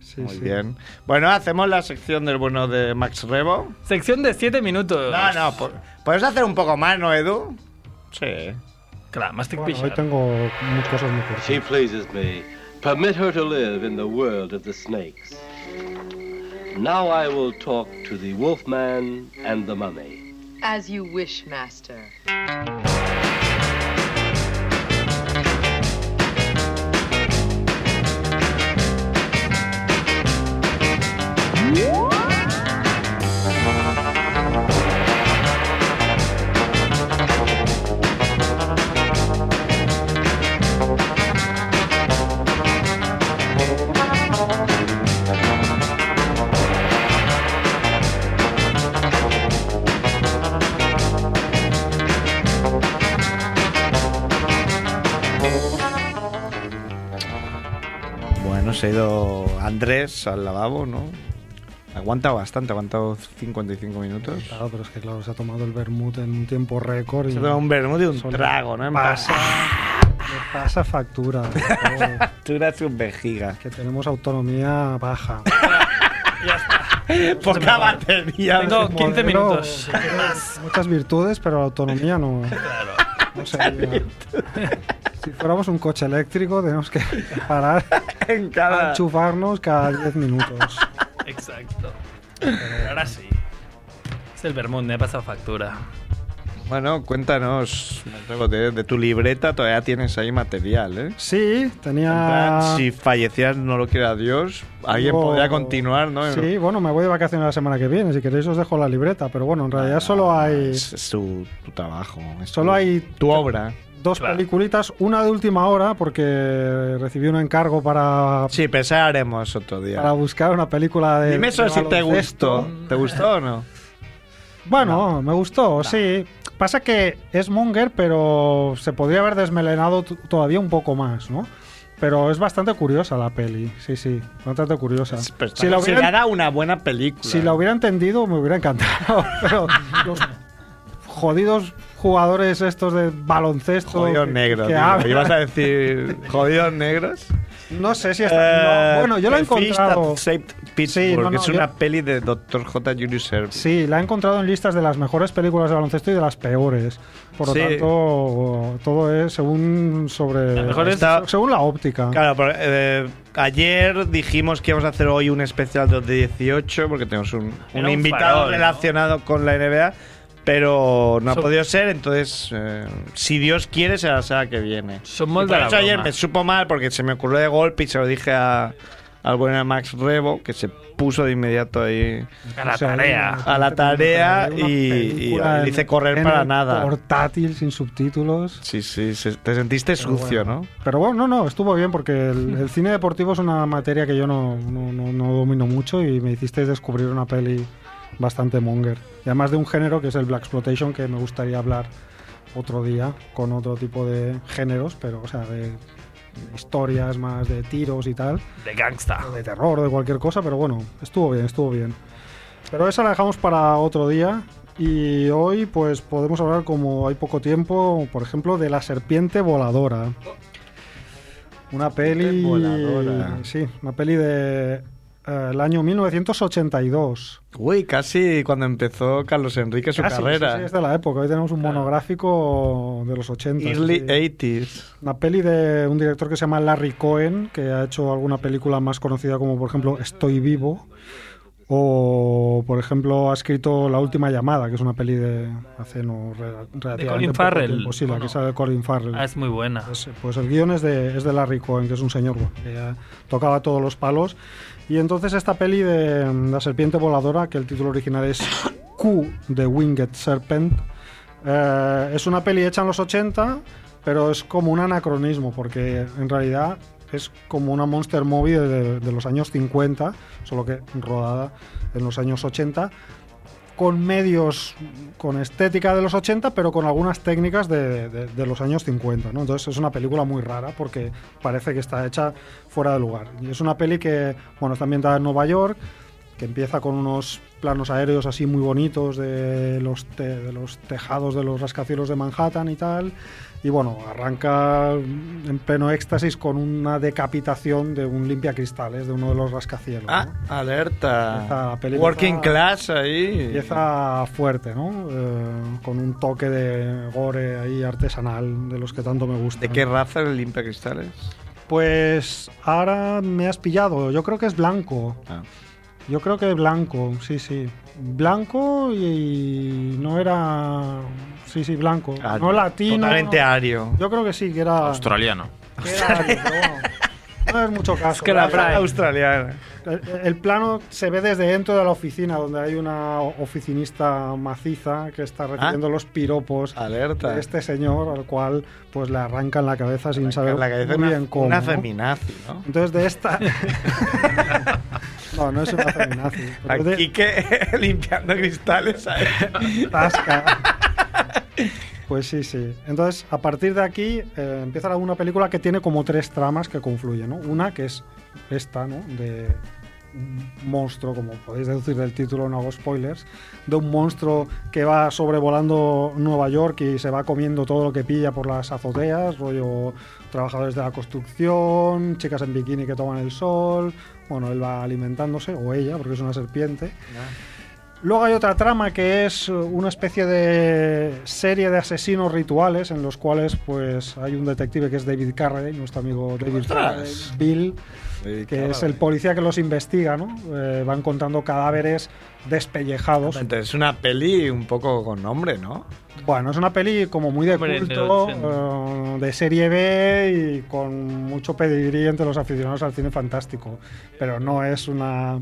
S2: Sí,
S7: Muy bien. Bueno, hacemos la sección del bueno de Max Rebo.
S3: Sección de 7 minutos.
S7: No, no, po- puedes hacer un poco más, ¿no, Edu? Sí.
S3: Claro, más
S2: Bueno, hoy tengo mu- cosas muy cortas.
S14: She pleases me. Permit her to live in the world of the snakes. Now I will talk to the wolfman and the mummy.
S15: As you wish, master.
S7: Bueno, se ha ido Andrés al lavabo, ¿no? Ha aguantado bastante, ha aguantado 55 (laughs) minutos.
S2: Claro, pero es que claro, se ha tomado el vermut en un tiempo récord. y-
S7: Se ha tomado un vermú de un
S2: Son-
S7: trago, ¿no? En
S2: pasa,
S7: plan,
S2: me pasa factura.
S7: Factura sus vejigas.
S2: Que tenemos autonomía
S7: (laughs)
S2: baja.
S7: Poca batería.
S2: Tengo 15 minutos. Muchas virtudes, pero la autonomía no. (laughs) no sería. Si fuéramos un coche eléctrico, tenemos que parar
S7: (laughs) en cada...
S2: enchufarnos cada 10 minutos.
S3: Exacto.
S2: Eh,
S3: Ahora sí. Es el Vermont, me ha pasado factura.
S7: Bueno, cuéntanos de, de tu libreta, todavía tienes ahí material, ¿eh?
S2: Sí,
S7: En plan,
S2: tenía.
S7: Si fallecías, no lo quiera Dios, alguien
S2: Tengo-
S7: podría continuar, ¿no?
S2: Sí, bueno, me voy de vacaciones la semana que viene. Si queréis, os dejo la libreta. Pero bueno, en
S7: Ah,
S2: realidad solo hay.
S7: Es, es tu, tu trabajo. es
S2: Solo
S7: tu-
S2: hay
S7: Tu obra.
S2: dos peliculitas, una de última hora, porque recibí un encargo para,
S7: Sí, pero esa haremos otro día.
S2: para buscar una película de.
S7: Dime eso
S2: de
S7: si te
S2: baloncesto.
S7: gustó. ¿Te gustó o no?
S2: Bueno, me gustó, sí. Pasa que es Monger, pero se podría haber desmelenado t- todavía un poco más, ¿no? Pero es bastante curiosa la peli, sí, sí, bastante curiosa.
S7: Si
S2: la
S7: si
S2: hubieran-
S7: era una buena película.
S2: si la hubiera entendido, me hubiera encantado. (laughs) Pero los jodidos jugadores estos de baloncesto.
S7: Jodidos
S2: que-
S7: negros.
S2: que
S7: tío.
S2: hablan-
S7: Ibas a decir jodidos negros.
S2: No sé si está.
S7: Eh,
S2: (laughs) no, bueno, yo la he
S7: The Fish
S2: encontrado.
S7: That Saved Pittsburgh,
S2: Sí, no,
S7: que
S2: no,
S7: es
S2: yo-
S7: una peli de Dr. J. Julius Service.
S2: Sí, la he encontrado en listas de las mejores películas de baloncesto y de las peores. Por lo
S7: Sí.
S2: tanto, todo es según sobre
S7: Las mejores-
S2: Está- según la óptica.
S7: Claro, pero, eh, ayer dijimos que íbamos a hacer hoy un especial 2 de 18 porque tenemos un, un
S13: Era un
S7: invitado
S13: farol, ¿no?
S7: relacionado con la NBA, pero no ha
S13: Som-
S7: podido ser, entonces eh, si Dios quiere será la semana que viene.
S3: Somos
S7: Y
S3: de
S7: por
S3: la
S7: eso ayer
S3: broma.
S7: me supo mal porque se me ocurrió de golpe y se lo dije a, al buen Max Rebo que se puso de inmediato ahí
S3: A la tarea.
S7: a la tarea y, y
S2: Película
S7: le
S2: en-
S7: hice correr
S2: en
S7: para
S2: el
S7: nada.
S2: Portátil, sin subtítulos.
S7: Sí, sí, se- te sentiste
S2: Pero
S7: sucio,
S2: bueno.
S7: ¿no?
S2: Pero bueno, no, no, estuvo bien porque el, el cine deportivo es una materia que yo no, no- no- no domino mucho y me hicisteis descubrir una peli bastante monger. Y además de un género que es el Black Exploitation, que me gustaría hablar otro día con otro tipo de géneros, pero, o sea, de historias más de tiros y tal,
S3: De gangsta.
S2: de terror, de cualquier cosa, pero bueno, estuvo bien, estuvo bien. Pero esa la dejamos para otro día. Y hoy, pues podemos hablar, como hay poco tiempo, por ejemplo, de La Serpiente Voladora. Una peli.
S7: voladora.
S2: Sí, una peli de. eh, el año 1982.
S7: Uy, casi cuando empezó Carlos Enrique su
S2: Ah, sí, sí,
S7: carrera.
S2: sí, es de la época. Hoy tenemos un monográfico de los 80.
S7: Early
S2: sí.
S7: 80s.
S2: Una peli de un director que se llama Larry Cohen, que ha hecho alguna película más conocida como, por ejemplo, Estoy Vivo. O, por ejemplo, ha escrito La Última Llamada, que es una peli de hace no, re- relativamente
S3: Colin
S2: poco
S3: Farrell,
S2: tiempo. Sí, la
S3: ¿o
S2: que
S3: no?
S2: sale Colin Farrell.
S3: Ah, es muy buena.
S2: Pues el guión es de, es de Larry Cohen, que es un señor bueno, que ya tocaba todos los palos. Y entonces esta peli de mm, La Serpiente Voladora, que el título original es Q, The Winged Serpent, eh, es una peli hecha en los 80, pero es como un anacronismo, porque en realidad es como una Monster Movie de, de- de los años 50, solo que rodada en los años 80, con medios, con estética de los 80, pero con algunas técnicas de, de- de los años 50. ¿no? Entonces es una película muy rara porque parece que está hecha fuera de lugar. Y es una peli que bueno, está ambientada en Nueva York, que empieza con unos planos aéreos así muy bonitos de los, te- de los tejados de los rascacielos de Manhattan y tal. Y bueno, arranca en pleno éxtasis con una decapitación de un limpiacristales de uno de los rascacielos. ¿no?
S13: Ah, Alerta.
S2: La peli
S13: Working
S2: empieza-
S13: class ahí.
S2: Empieza fuerte, ¿no? Eh, con un toque de gore ahí artesanal de los que tanto me gusta.
S13: ¿De qué raza el limpia cristales?
S2: Pues ahora me has pillado. Yo creo que es blanco.
S13: Ah,
S2: Yo creo que blanco, sí, sí. Blanco y no era. Sí, sí, blanco.
S13: Ah,
S2: no latino.
S7: totalmente
S2: no.
S7: ario.
S2: Yo creo que sí, que era.
S4: Australiano.
S2: que era ario, no. No es mucho caso.
S7: Es que la
S2: Era-
S7: frase australiana.
S2: el, el plano se ve desde dentro de la oficina, donde hay una oficinista maciza que está recibiendo los piropos
S13: Ah. Alerta.
S2: de este señor, al cual pues le arrancan la cabeza sin saber
S13: la cabeza
S2: muy
S13: una-
S2: bien cómo.
S13: una
S2: ¿no?
S13: feminazi, ¿no?
S2: Entonces de esta... (laughs) no, no es una feminazi. pero
S13: (laughs)
S2: de-
S13: Aquí que (laughs) limpiando cristales. ¿sabes?
S2: (laughs) Tasca. Pues sí, sí. Entonces, a partir de aquí eh, empieza una película que tiene como tres tramas que confluyen, ¿no? Una que es esta, ¿no? De un monstruo, como podéis deducir del título, no hago spoilers, de un monstruo que va sobrevolando Nueva York y se va comiendo todo lo que pilla por las azoteas, rollo trabajadores de la construcción, chicas en bikini que toman el sol, bueno, él va alimentándose, o ella, porque es una serpiente. Luego hay otra trama que es eh, una especie de serie de asesinos rituales en los cuales pues hay un detective que es David Carradine, nuestro amigo David Carradine,
S13: ¡Ostras!
S2: Bill, que es
S13: eh.
S2: el policía que los investiga, ¿no? Eh, va encontrando cadáveres despellejados.
S13: Entonces es una peli un poco con nombre, ¿no?
S2: Bueno, es una peli como muy de
S13: Hombre, de
S2: culto, eh, de serie B y con mucho pedigrí entre los aficionados al cine fantástico, pero no es una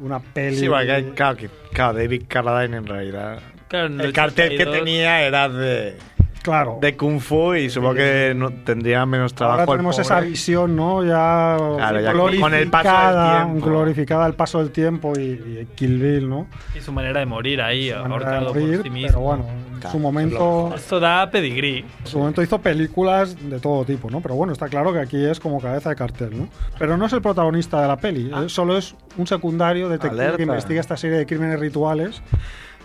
S2: una peli
S13: Sí, porque hay- claro, que- claro, David Carradine en realidad.
S3: Claro, en
S13: el cartel que
S3: 82.
S13: tenía era de.
S2: Claro.
S13: De Kung Fu y supongo que no, tendría menos trabajo.
S2: Ahora
S13: el
S2: tenemos esa
S13: pobre.
S2: visión, ¿no? Ya,
S13: Claro, ya con- con
S2: glorificada,
S13: el paso del tiempo.
S2: glorificada al paso del tiempo y, y Kill Bill, ¿no?
S3: Y su manera de morir ahí,
S2: manera de
S3: ahorcado
S2: morir,
S3: por sí mismo.
S2: pero bueno, en su momento,
S3: Esto da pedigrí.
S2: en su momento hizo películas de todo tipo, ¿no? Pero bueno, está claro que aquí es como cabeza de cartel, ¿no? Pero no es el protagonista de la peli, él solo es un secundario detective
S13: Alerta.
S2: que investiga esta serie de crímenes rituales.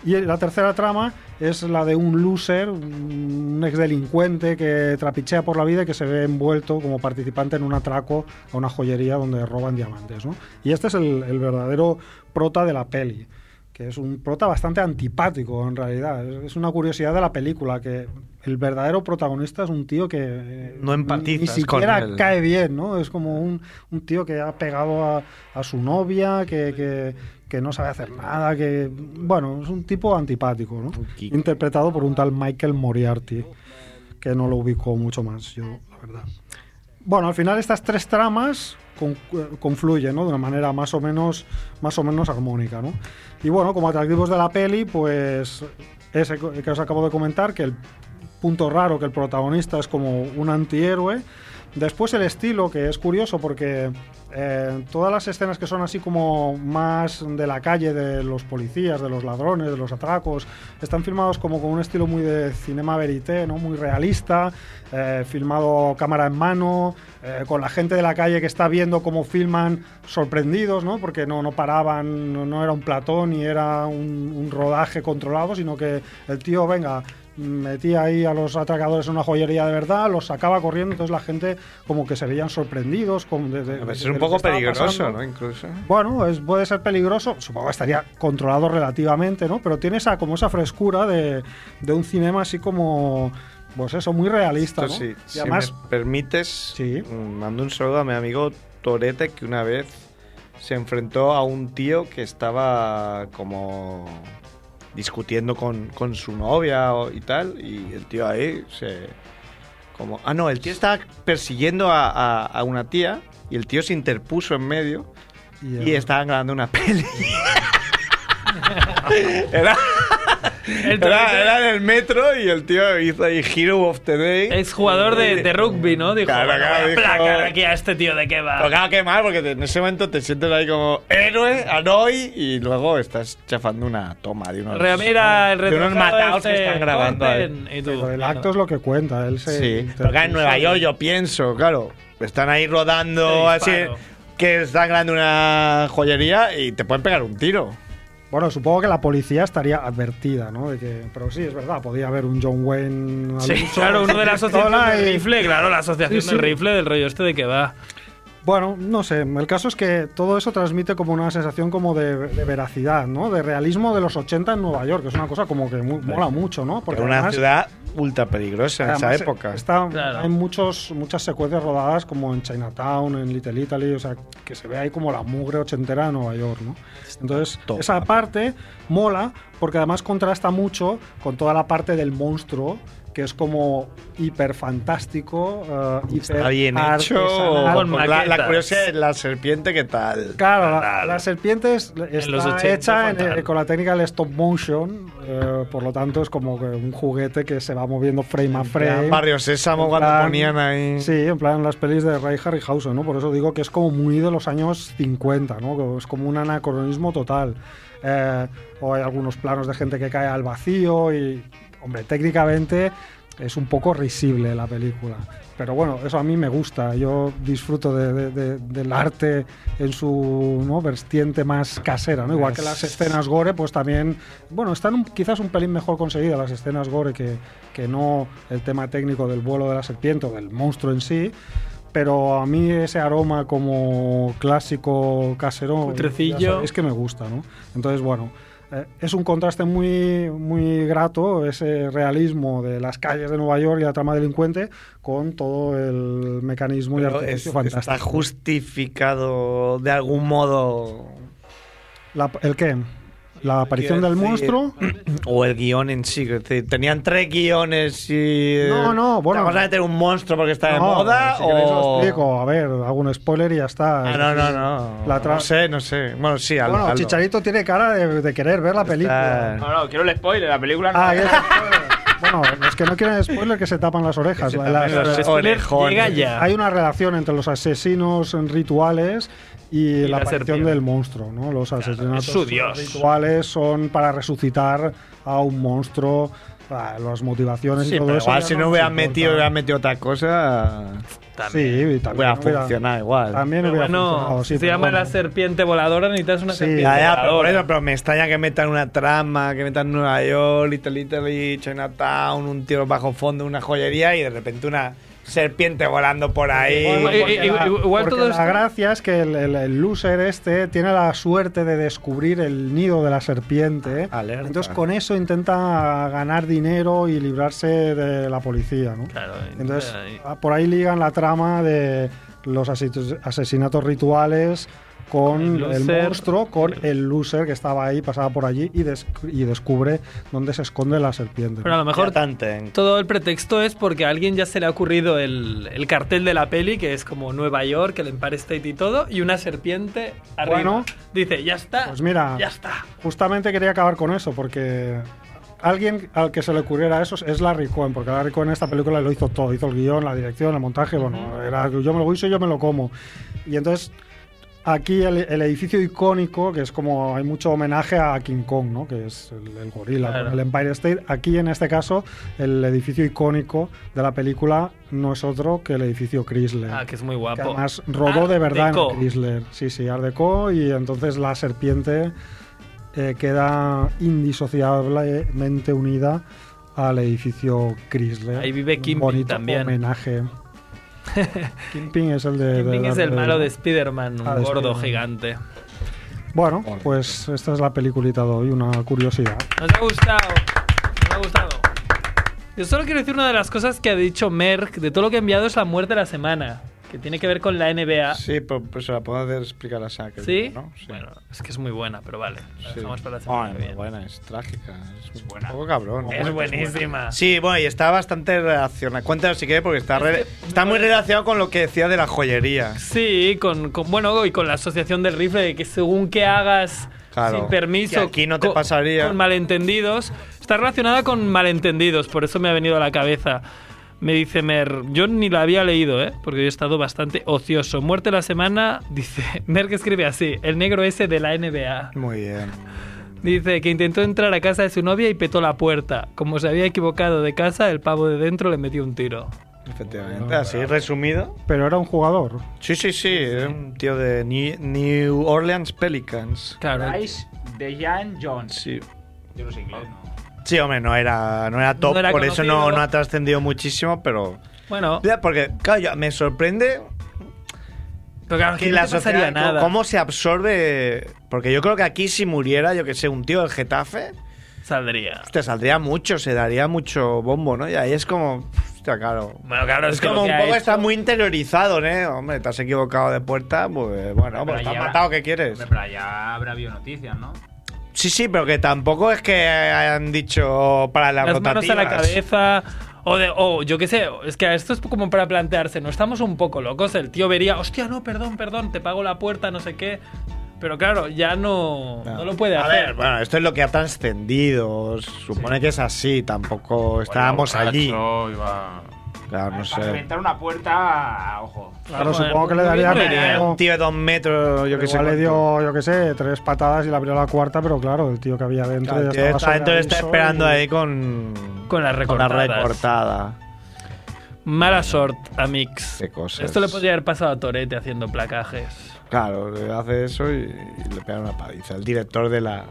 S2: Y la tercera trama es la de un loser, un exdelincuente que trapichea por la vida y que se ve envuelto como participante en un atraco a una joyería donde roban diamantes. ¿no? Y este es el, el verdadero prota de la peli, que es un prota bastante antipático en realidad. Es- Es una curiosidad de la película, que el verdadero protagonista es un tío que eh,
S13: No
S2: ni- ni
S13: empatizas con
S2: siquiera
S13: él.
S2: cae bien, ¿no? Es como un, un tío que ha pegado a, a su novia, que, que- que no sabe hacer nada, que... Bueno, es un tipo antipático, ¿no? Interpretado por un tal Michael Moriarty, que no lo ubicó mucho más, yo, la verdad. Bueno, al final estas tres tramas con- confluyen, ¿no? De una manera más o menos, más o menos armónica, ¿no? Y bueno, como atractivos de la peli, pues ese co- que os acabo de comentar, que el punto raro que el protagonista es como un antihéroe. Después el estilo, que es curioso porque eh, todas las escenas que son así como más de la calle, de los policías, de los ladrones, de los atracos, están filmados como con un estilo muy de cinema verité, ¿no? muy realista, eh, filmado cámara en mano, eh, con la gente de la calle que está viendo cómo filman sorprendidos, ¿no? porque no, no paraban, no, no era un platón ni era un- un rodaje controlado, sino que el tío, venga, metía ahí a los atracadores en una joyería de verdad, los sacaba corriendo, entonces la gente como que se veían sorprendidos. Como de- de-
S13: A veces es un
S2: de lo que
S13: poco
S2: estaba
S13: peligroso,
S2: pasando.
S13: ¿no? Incluso.
S2: Bueno, es- puede ser peligroso, supongo que estaría controlado relativamente, ¿no? Pero tiene esa, como esa frescura de, de un cinema así como, pues eso, muy realista,
S13: Esto
S2: ¿no?
S13: sí,
S2: y
S13: si
S2: además,
S13: me permites, mm, mando un saludo a mi amigo Torete que una vez se enfrentó a un tío que estaba como discutiendo con, con su novia o- y tal, y el tío ahí se... Como, ah, no, el tío estaba persiguiendo a, a- a una tía y el tío se interpuso en medio
S3: (laughs)
S13: y estaban grabando una peli. Era-
S3: ¿eh?
S7: Era, era en el metro y el tío hizo ahí Hero of the Day.
S3: Es jugador de, de rugby, ¿no? Dijo,
S7: Claro, claro,
S3: "Voy a
S7: dijo-
S3: placar aquí a este tío de qué va.
S7: Pero claro, qué mal, porque te- en ese momento te sientes ahí como héroe, Hanoi, y luego estás chafando una toma de unos.
S3: Re- Mira el
S7: de unos
S3: retrasado
S7: matados que
S3: este,
S7: están grabando ahí.
S3: corten, y tú,
S2: El acto es lo que cuenta. Él se
S7: Sí, pero acá en Nueva York yo pienso, claro, están ahí rodando
S2: Te
S7: así,
S2: disparo.
S7: que están grabando una joyería y te pueden pegar un tiro.
S2: Bueno, supongo que la policía estaría advertida, ¿no? De que, pero sí, es verdad, podía haber un John Wayne.
S3: Sí,
S2: Alonso,
S3: claro, uno de la asociación
S2: pistola
S3: del
S2: y-
S3: rifle, claro, la asociación
S2: eh. Sí,
S3: del
S2: sí.
S3: rifle, del rollo este de que va.
S2: Bueno, no sé, el caso es que todo eso transmite como una sensación como de, de veracidad, ¿no? De realismo de los 80 en Nueva York, que es una cosa como que mu- mola mucho, ¿no?
S7: Porque una
S2: además-
S7: ciudad ultra peligrosa en esa
S2: Además,
S7: época.
S2: está- Hay muchos, muchas secuencias rodadas como en Chinatown, en Little Italy, o sea, que se ve ahí como la mugre ochentera de Nueva York, ¿no? Entonces, esa parte mola porque además contrasta mucho con toda la parte del monstruo que es como eh, hiper fantástico,
S7: Está bien hecho. Con la, la curiosidad de la serpiente, ¿qué tal?
S2: Claro, la, la serpiente es, está
S7: los 80
S2: hecha en-
S7: fatal.
S2: eh, con la técnica del stop motion, eh, por lo tanto es como que un juguete que se va moviendo frame a
S7: plan
S2: frame.
S7: Barrio Sésamo,
S2: En
S7: cuando ponían ahí.
S2: Sí, en plan las pelis de Ray Harryhausen, ¿no? Por eso digo que es como muy de los años 50, ¿no? Que Es como un anacronismo total. Eh, o hay algunos planos de gente que cae al vacío y, hombre, técnicamente es un poco risible la película. Pero bueno, eso a mí me gusta. Yo disfruto de- de- de- del arte en su ¿no? vertiente más casera, ¿no? Igual que las escenas gore, pues también, bueno, están un- quizás un pelín mejor conseguidas las escenas gore que, que no el tema técnico del vuelo de la serpiente o del monstruo en sí. Pero a mí ese aroma como clásico casero
S3: Putrecillo.
S2: es que me gusta, ¿no? Entonces, bueno, eh, es un contraste muy, muy grato, ese realismo de las calles de Nueva York y la trama delincuente, con todo el mecanismo y
S7: Pero
S2: artificio
S7: es-
S2: fantástico.
S7: está justificado de algún modo.
S2: La- ¿El qué? ¿La aparición
S7: Quiero
S2: del
S7: decir,
S2: monstruo?
S7: O el guión en sí. que te- Tenían tres guiones y. eh,
S2: No, no, bueno.
S7: Vamos a meter un monstruo porque está de
S2: No,
S7: moda.
S2: si queréis os
S7: o...
S2: explico. A ver, hago un spoiler y ya está.
S7: Ah, no, no, no.
S2: La tra-
S7: No sé, no sé. Bueno, sí, al,
S2: Bueno,
S7: hazlo.
S2: Chicharito tiene cara de, de querer ver la película.
S12: No, no, quiero el spoiler, la película no.
S2: Ah, y es- bueno, los que no quieren spoiler que se tapan las orejas.
S12: Que se
S2: la-
S12: tapen
S2: las-
S12: los
S2: las-
S12: orejones. Llega ya.
S2: Hay una relación entre los asesinos en rituales y, la,
S3: la
S2: aparición
S3: serpiente.
S2: del monstruo, ¿no? Los asesinatos
S3: es su dios.
S2: rituales son para resucitar a un monstruo, ah, las motivaciones
S7: Sí,
S2: y todo
S7: pero
S2: eso.
S7: igual
S2: ya
S7: si no
S2: nos
S7: hubieran
S2: importa.
S7: metido, hubieran metido otra cosa.
S2: Sí, y también
S7: Hubiera
S2: hubiera-
S7: funcionado igual.
S2: También
S3: Pero
S2: hubiera
S3: bueno,
S2: funcionado, sí,
S3: si se
S2: pero
S3: llama
S2: bueno.
S3: la serpiente voladora, necesitas una serpiente
S7: Ya, ya, pero, por
S3: voladora.
S7: eso, pero me extraña que metan una trama, que metan Nueva York, Little Italy, Chinatown, un tiro bajo fondo, una joyería y de repente una serpiente volando por ahí.
S2: Bueno, porque la,
S3: igual
S2: porque
S3: todo
S2: la
S3: esto-
S2: gracia es que el, el- el loser este tiene la suerte de descubrir el nido de la serpiente. ¿eh? Entonces con eso intenta ganar dinero y librarse de la policía, ¿no? Entonces ah, por ahí ligan la trama de los asesis- asesinatos rituales con
S3: El
S2: el,
S3: loser.
S2: monstruo, con el loser que estaba ahí, pasaba por allí y, des- y descubre dónde se esconde la serpiente.
S3: Pero a lo mejor
S7: Tanten.
S3: todo el pretexto es porque a alguien ya se le ha ocurrido el, el cartel de la peli, que es como Nueva York, el Empire State y todo, y una serpiente arriba.
S2: Bueno.
S3: Dice, ya está.
S2: Pues mira,
S3: Ya está.
S2: justamente quería acabar con eso, porque alguien al que se le ocurriera eso es Larry Cohen, porque Larry Cohen en esta película lo hizo todo, hizo el guión, la dirección, el montaje, bueno, era yo me lo guiso y yo me lo como. Y entonces aquí el, el edificio icónico, que es como hay mucho homenaje a King Kong, ¿no? que es el, el gorila,
S3: Claro.
S2: con el Empire State, aquí en este caso el edificio icónico de la película no es otro que el edificio Chrysler.
S3: Ah, que es muy
S2: Que
S3: guapo. Ah,
S2: además rodó de verdad
S3: Deco.
S2: en el Chrysler. Sí, sí, Art Deco. Y entonces la serpiente eh, queda indisociablemente unida al edificio Chrysler.
S3: Ahí vive Kingpin
S2: Bonito
S3: también. (laughs)
S2: homenaje. Kingpin es el de...
S3: Kingpin
S2: de-
S3: es el
S2: de-
S3: malo de Spider-Man, un
S2: Ah, de
S3: gordo
S2: Spider-Man.
S3: gigante.
S2: Bueno, pues esta es la peliculita de hoy, una curiosidad.
S3: Nos ha gustado. Nos ha gustado. Yo solo quiero decir una de las cosas que ha dicho Merck de todo lo que ha enviado es la muerte de la semana, que tiene que ver con la NBA.
S7: Sí, pues, pues se la puedo hacer explicar a Sack.
S3: ¿Sí?
S7: ¿no? Sí.
S3: Bueno, es que es muy buena, pero vale. La
S7: Sí.
S3: dejamos para la
S7: Ah,
S3: semana
S7: es
S3: que viene.
S7: buena, es trágica. Es, buena. Un poco cabrón.
S3: Es buenísima.
S7: Sí, bueno, y está bastante relacionada. Cuéntanos si quieres, porque está, re- está muy relacionado con lo que decía de la joyería.
S3: Sí, con, con- bueno, y con la asociación del rifle, de que según que hagas
S7: Claro,
S3: sin permiso,
S7: que aquí no te
S3: co-
S7: pasaría.
S3: con malentendidos, Está relacionada con malentendidos, por eso me ha venido a la cabeza. Me dice Mer, yo ni la había leído, ¿eh? porque yo he estado bastante ocioso. Muerte la semana, (laughs) dice Mer que escribe así, el negro ese de la NBA.
S7: Muy bien.
S3: Dice que intentó entrar a casa de su novia y petó la puerta. Como se había equivocado de casa, el pavo de dentro le metió un tiro.
S7: Efectivamente, así Ah, resumido.
S2: Ah, Pero era un jugador.
S7: Sí, sí, sí, era un tío de Ni- New Orleans Pelicans.
S12: Bryce de Jan Jones.
S7: Sí.
S12: Yo no sé inglés, ¿no?
S7: Sí, hombre, no era, no era top,
S12: No era
S7: por eso no,
S12: conocido.
S7: no ha trascendido muchísimo, pero.
S3: Bueno.
S7: Ya, porque, claro, ya me sorprende que la sociedad. ¿Cómo se absorbe? Porque yo creo que aquí, si muriera, yo que sé, un tío del Getafe,
S3: Saldría.
S7: te saldría mucho, se daría mucho bombo, ¿no? Y ahí es como. Hostia, claro.
S3: Bueno, claro,
S7: es,
S3: es que
S7: como
S3: lo que
S7: un
S3: ha
S7: poco
S3: hecho-
S7: está muy interiorizado, ¿eh? Hombre, te has equivocado de puerta, pues bueno, pues te has
S12: ya-
S7: matado, ¿qué quieres?
S12: Hombre, pero ya habrá habido noticias, ¿no?
S7: Sí, sí, pero que tampoco es que hayan dicho para las,
S3: las manos a la
S7: rotativas.
S3: cabeza. O, de, o yo qué sé, es que esto es como para plantearse, ¿no estamos un poco locos? El tío vería, hostia, no, perdón, perdón, te pago la puerta, no sé qué. Pero claro, ya no, no. lo puede
S7: A
S3: hacer.
S7: ver, bueno, esto es lo que ha trascendido. Supone que es así, tampoco estábamos allí. Claro, no
S12: Para
S7: sé.
S12: reventar una puerta, ojo.
S2: Claro, supongo que le daría
S7: Hombre,
S2: como-
S7: Un tío de dos metros, yo que sé.
S2: Igual le
S7: cuánto.
S2: dio, yo qué sé, tres patadas y le abrió la cuarta, pero claro, el tío que había dentro
S7: Claro,
S2: ya
S7: el tío está
S2: estaba sobre
S7: dentro, está
S2: aviso
S7: esperando
S2: y-
S7: ahí con,
S3: Con las recortadas.
S7: recortada.
S3: Mala sort, Amix.
S7: Qué cosas.
S3: Esto le podría haber pasado a Torete haciendo placajes.
S7: Claro, le hace eso y, y le pega una paliza. El director de la.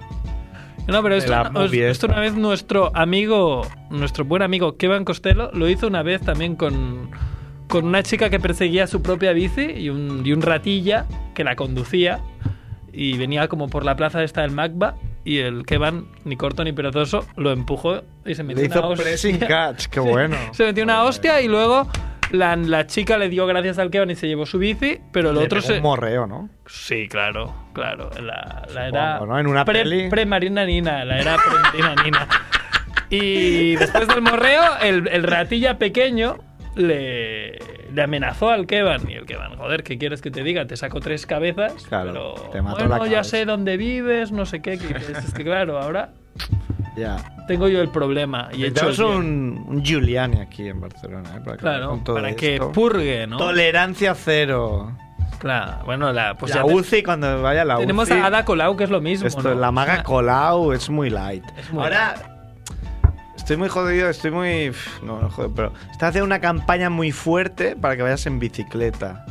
S3: No, pero
S7: de
S3: esto,
S7: la
S3: os-
S7: movie
S3: esto una vez nuestro amigo, nuestro buen amigo Kevin Costello, lo hizo una vez también con, con una chica que perseguía su propia bici y un, y un ratilla que la conducía y venía como por la plaza esta del Magba y el Kevin, ni corto ni perezoso, lo empujó y se metió
S7: Le
S3: una
S7: hizo
S3: hostia. (laughs)
S7: pressing catch, qué bueno.
S3: Se metió una hostia y luego la, la chica le dio gracias al Kevin y se llevó su bici, pero el
S7: Le
S3: otro
S7: pegó
S3: se...
S7: Un morreo, ¿no?
S3: Sí, claro, claro. La, la era.
S7: ¿no? En una
S3: pre,
S7: peli.
S3: Pre-Marina Nina, la era pre-Marina Nina. Y después del morreo, el, el ratilla pequeño le, le amenazó al Kevan. Y el Kevan, joder, ¿qué quieres que te diga? Te saco tres cabezas.
S7: Claro, te mató la
S3: Bueno, ya
S7: cabeza.
S3: sé dónde vives, no sé qué. que dices, Es que claro, ahora
S7: Ya.
S3: tengo yo el problema. Y he hecho
S7: Necesitamos
S3: el bien.
S7: un, un Giuliani aquí en Barcelona, ¿eh? Para acabar
S3: Claro,
S7: con todo
S3: para que
S7: esto.
S3: purgue, ¿no?
S7: Tolerancia cero.
S3: Claro, bueno, la, pues
S7: la
S3: ya te-
S7: UCI, cuando vaya la
S3: Tenemos
S7: UCI.
S3: a Ada Colau, que es lo mismo.
S7: Esto,
S3: ¿no?
S7: La maga Colau es muy light.
S3: muy
S7: Ahora estoy muy jodido, estoy muy. pf, No, no jodido, pero. Está haciendo una campaña muy fuerte para que vayas en bicicleta.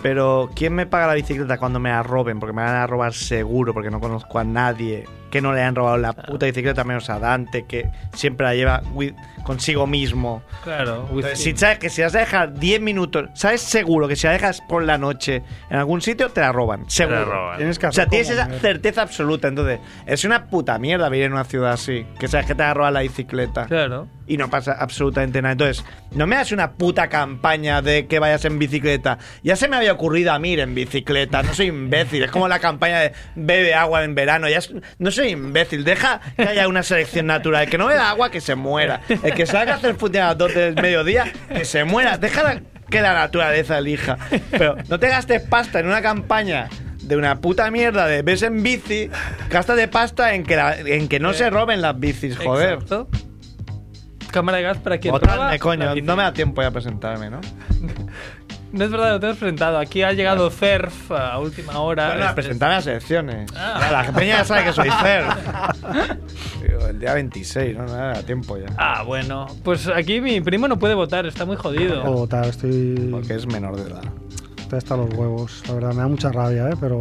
S7: Pero, ¿quién me paga la bicicleta cuando me la roben? Porque me van a robar seguro, porque no conozco a nadie que no le han robado la puta bicicleta, menos a Dante, que siempre la lleva with- consigo mismo.
S3: Claro,
S7: Entonces,
S3: UCI.
S7: Pues si sabes que si las dejas 10 minutos, sabes seguro que si la dejas por la noche en algún sitio, te la roban. Seguro.
S2: roban. Tienes que
S7: o sea,
S2: hacer
S7: tienes
S2: como
S7: esa
S2: Mer.
S7: certeza absoluta. Entonces, es una puta mierda vivir en una ciudad así, que sabes que te va a robar la bicicleta.
S3: Claro.
S7: Y no pasa absolutamente nada. Entonces, no me hagas una puta campaña de que vayas en bicicleta. Ya se me había ocurrido a mí ir en bicicleta. No soy imbécil. Es como la campaña de bebe agua en verano. Ya es- no soy imbécil. Deja que haya una selección natural. El que no beba agua, que se muera. El que salga a hacer fútbol a las 12 del mediodía, que se muera. Deja la- que la naturaleza elija. Pero no te gastes pasta en una campaña de una puta mierda de ves en bici, de pasta en que, la- en que no se roben las bicis, joder.
S3: Eh, Exacto. Cámara de gas para quien roba,
S7: Votarme, coño.
S3: la bici.
S7: No me da tiempo ya a presentarme, ¿no?
S3: No es verdad, lo te has presentado. Aquí ha llegado Cerf a última hora.
S7: Bueno, a
S3: Este-
S7: presentarme a las elecciones.
S3: Ah.
S7: Ya, La peña ya sabe que soy Fer.
S3: (laughs)
S7: Digo, el día 26, no, no me da tiempo ya.
S3: Ah, bueno. Pues aquí mi primo no puede votar, está muy jodido.
S2: Puedo votar, estoy.
S7: Porque es menor de edad.
S2: Está hasta los huevos. La verdad, me da mucha rabia, ¿eh? Pero,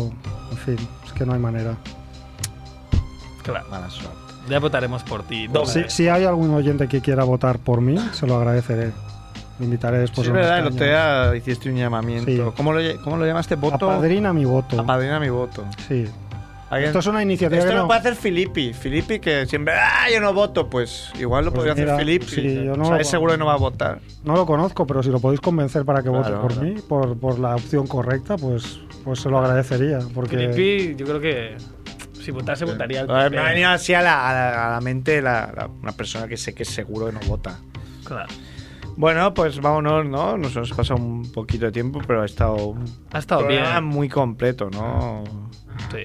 S2: en fin, es que no hay manera.
S3: Claro. Ya votaremos por ti.
S2: Si,
S3: Dómez.
S2: si hay algún oyente que quiera votar por mí, se lo agradeceré. Le invitaré después
S7: Sí, es
S2: Pues a unos
S7: verdad, el otro
S2: caños.
S7: día hiciste un llamamiento.
S2: Sí.
S7: ¿Cómo, lo, lle- ¿Cómo lo llamaste? ¿Voto?
S2: Apadrina mi voto.
S7: Apadrina mi voto.
S2: Sí.
S7: ¿Alguien-
S2: Esto es una iniciativa
S7: Esto
S2: que
S7: lo
S2: no-
S7: puede hacer Filippi. Filippi que siempre, ah, yo no voto. Pues igual lo
S2: Pues
S7: podría
S2: mira,
S7: hacer Filippi.
S2: sí, yo no
S7: o sea,
S2: lo-
S7: es seguro que no va a votar.
S2: No lo conozco, pero si lo podéis convencer para que vote
S7: Claro,
S2: por
S7: claro.
S2: mí, por, por la opción correcta, pues, pues se lo agradecería. Porque
S3: Filippi, yo creo que si votase, votaría al
S7: A ver, me ha
S3: PP.
S7: venido así a la, a la- a la mente la- la- una persona que sé que es seguro que no vota.
S3: Claro.
S7: Bueno, pues vámonos, ¿no? Nos hemos pasado un poquito de tiempo, pero ha estado.
S3: Ha estado
S7: programa
S3: bien.
S7: muy completo, ¿no?
S3: Sí.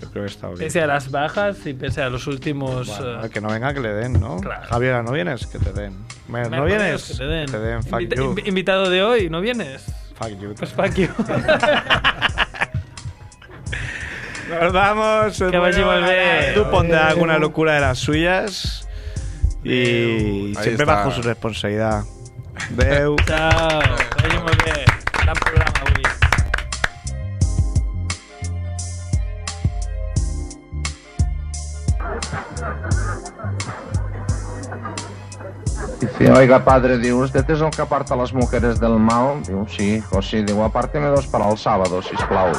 S13: Yo creo que está bien.
S3: Pese a las bajas y pese a los últimos.
S13: Bueno,
S3: eh,
S13: que no venga, que le den, ¿no? Javier, no vienes, que te den. Mer,
S3: Mer,
S13: no
S3: por
S13: vienes,
S3: Dios, que te den.
S13: fuck
S3: Invita-
S13: you.
S3: invi- invitado de hoy, ¿no vienes?
S13: Fuck you.
S3: Pues fuck you.
S13: (laughs)
S3: (laughs)
S13: Nos vamos.
S3: Que vos y volvés.
S13: Tú pondrás alguna locura de las suyas. Y
S7: Eh, Ahí
S13: siempre
S7: está.
S13: bajo su responsabilidad. Deu.
S3: Chao. Que vagi molt bé. Gran programa avui.
S16: Dice, oiga padre, diu, usted és el que aparta les mujeres del mal? Diu, sí, o sí, diu, apárteme dos para el sábado, sisplau.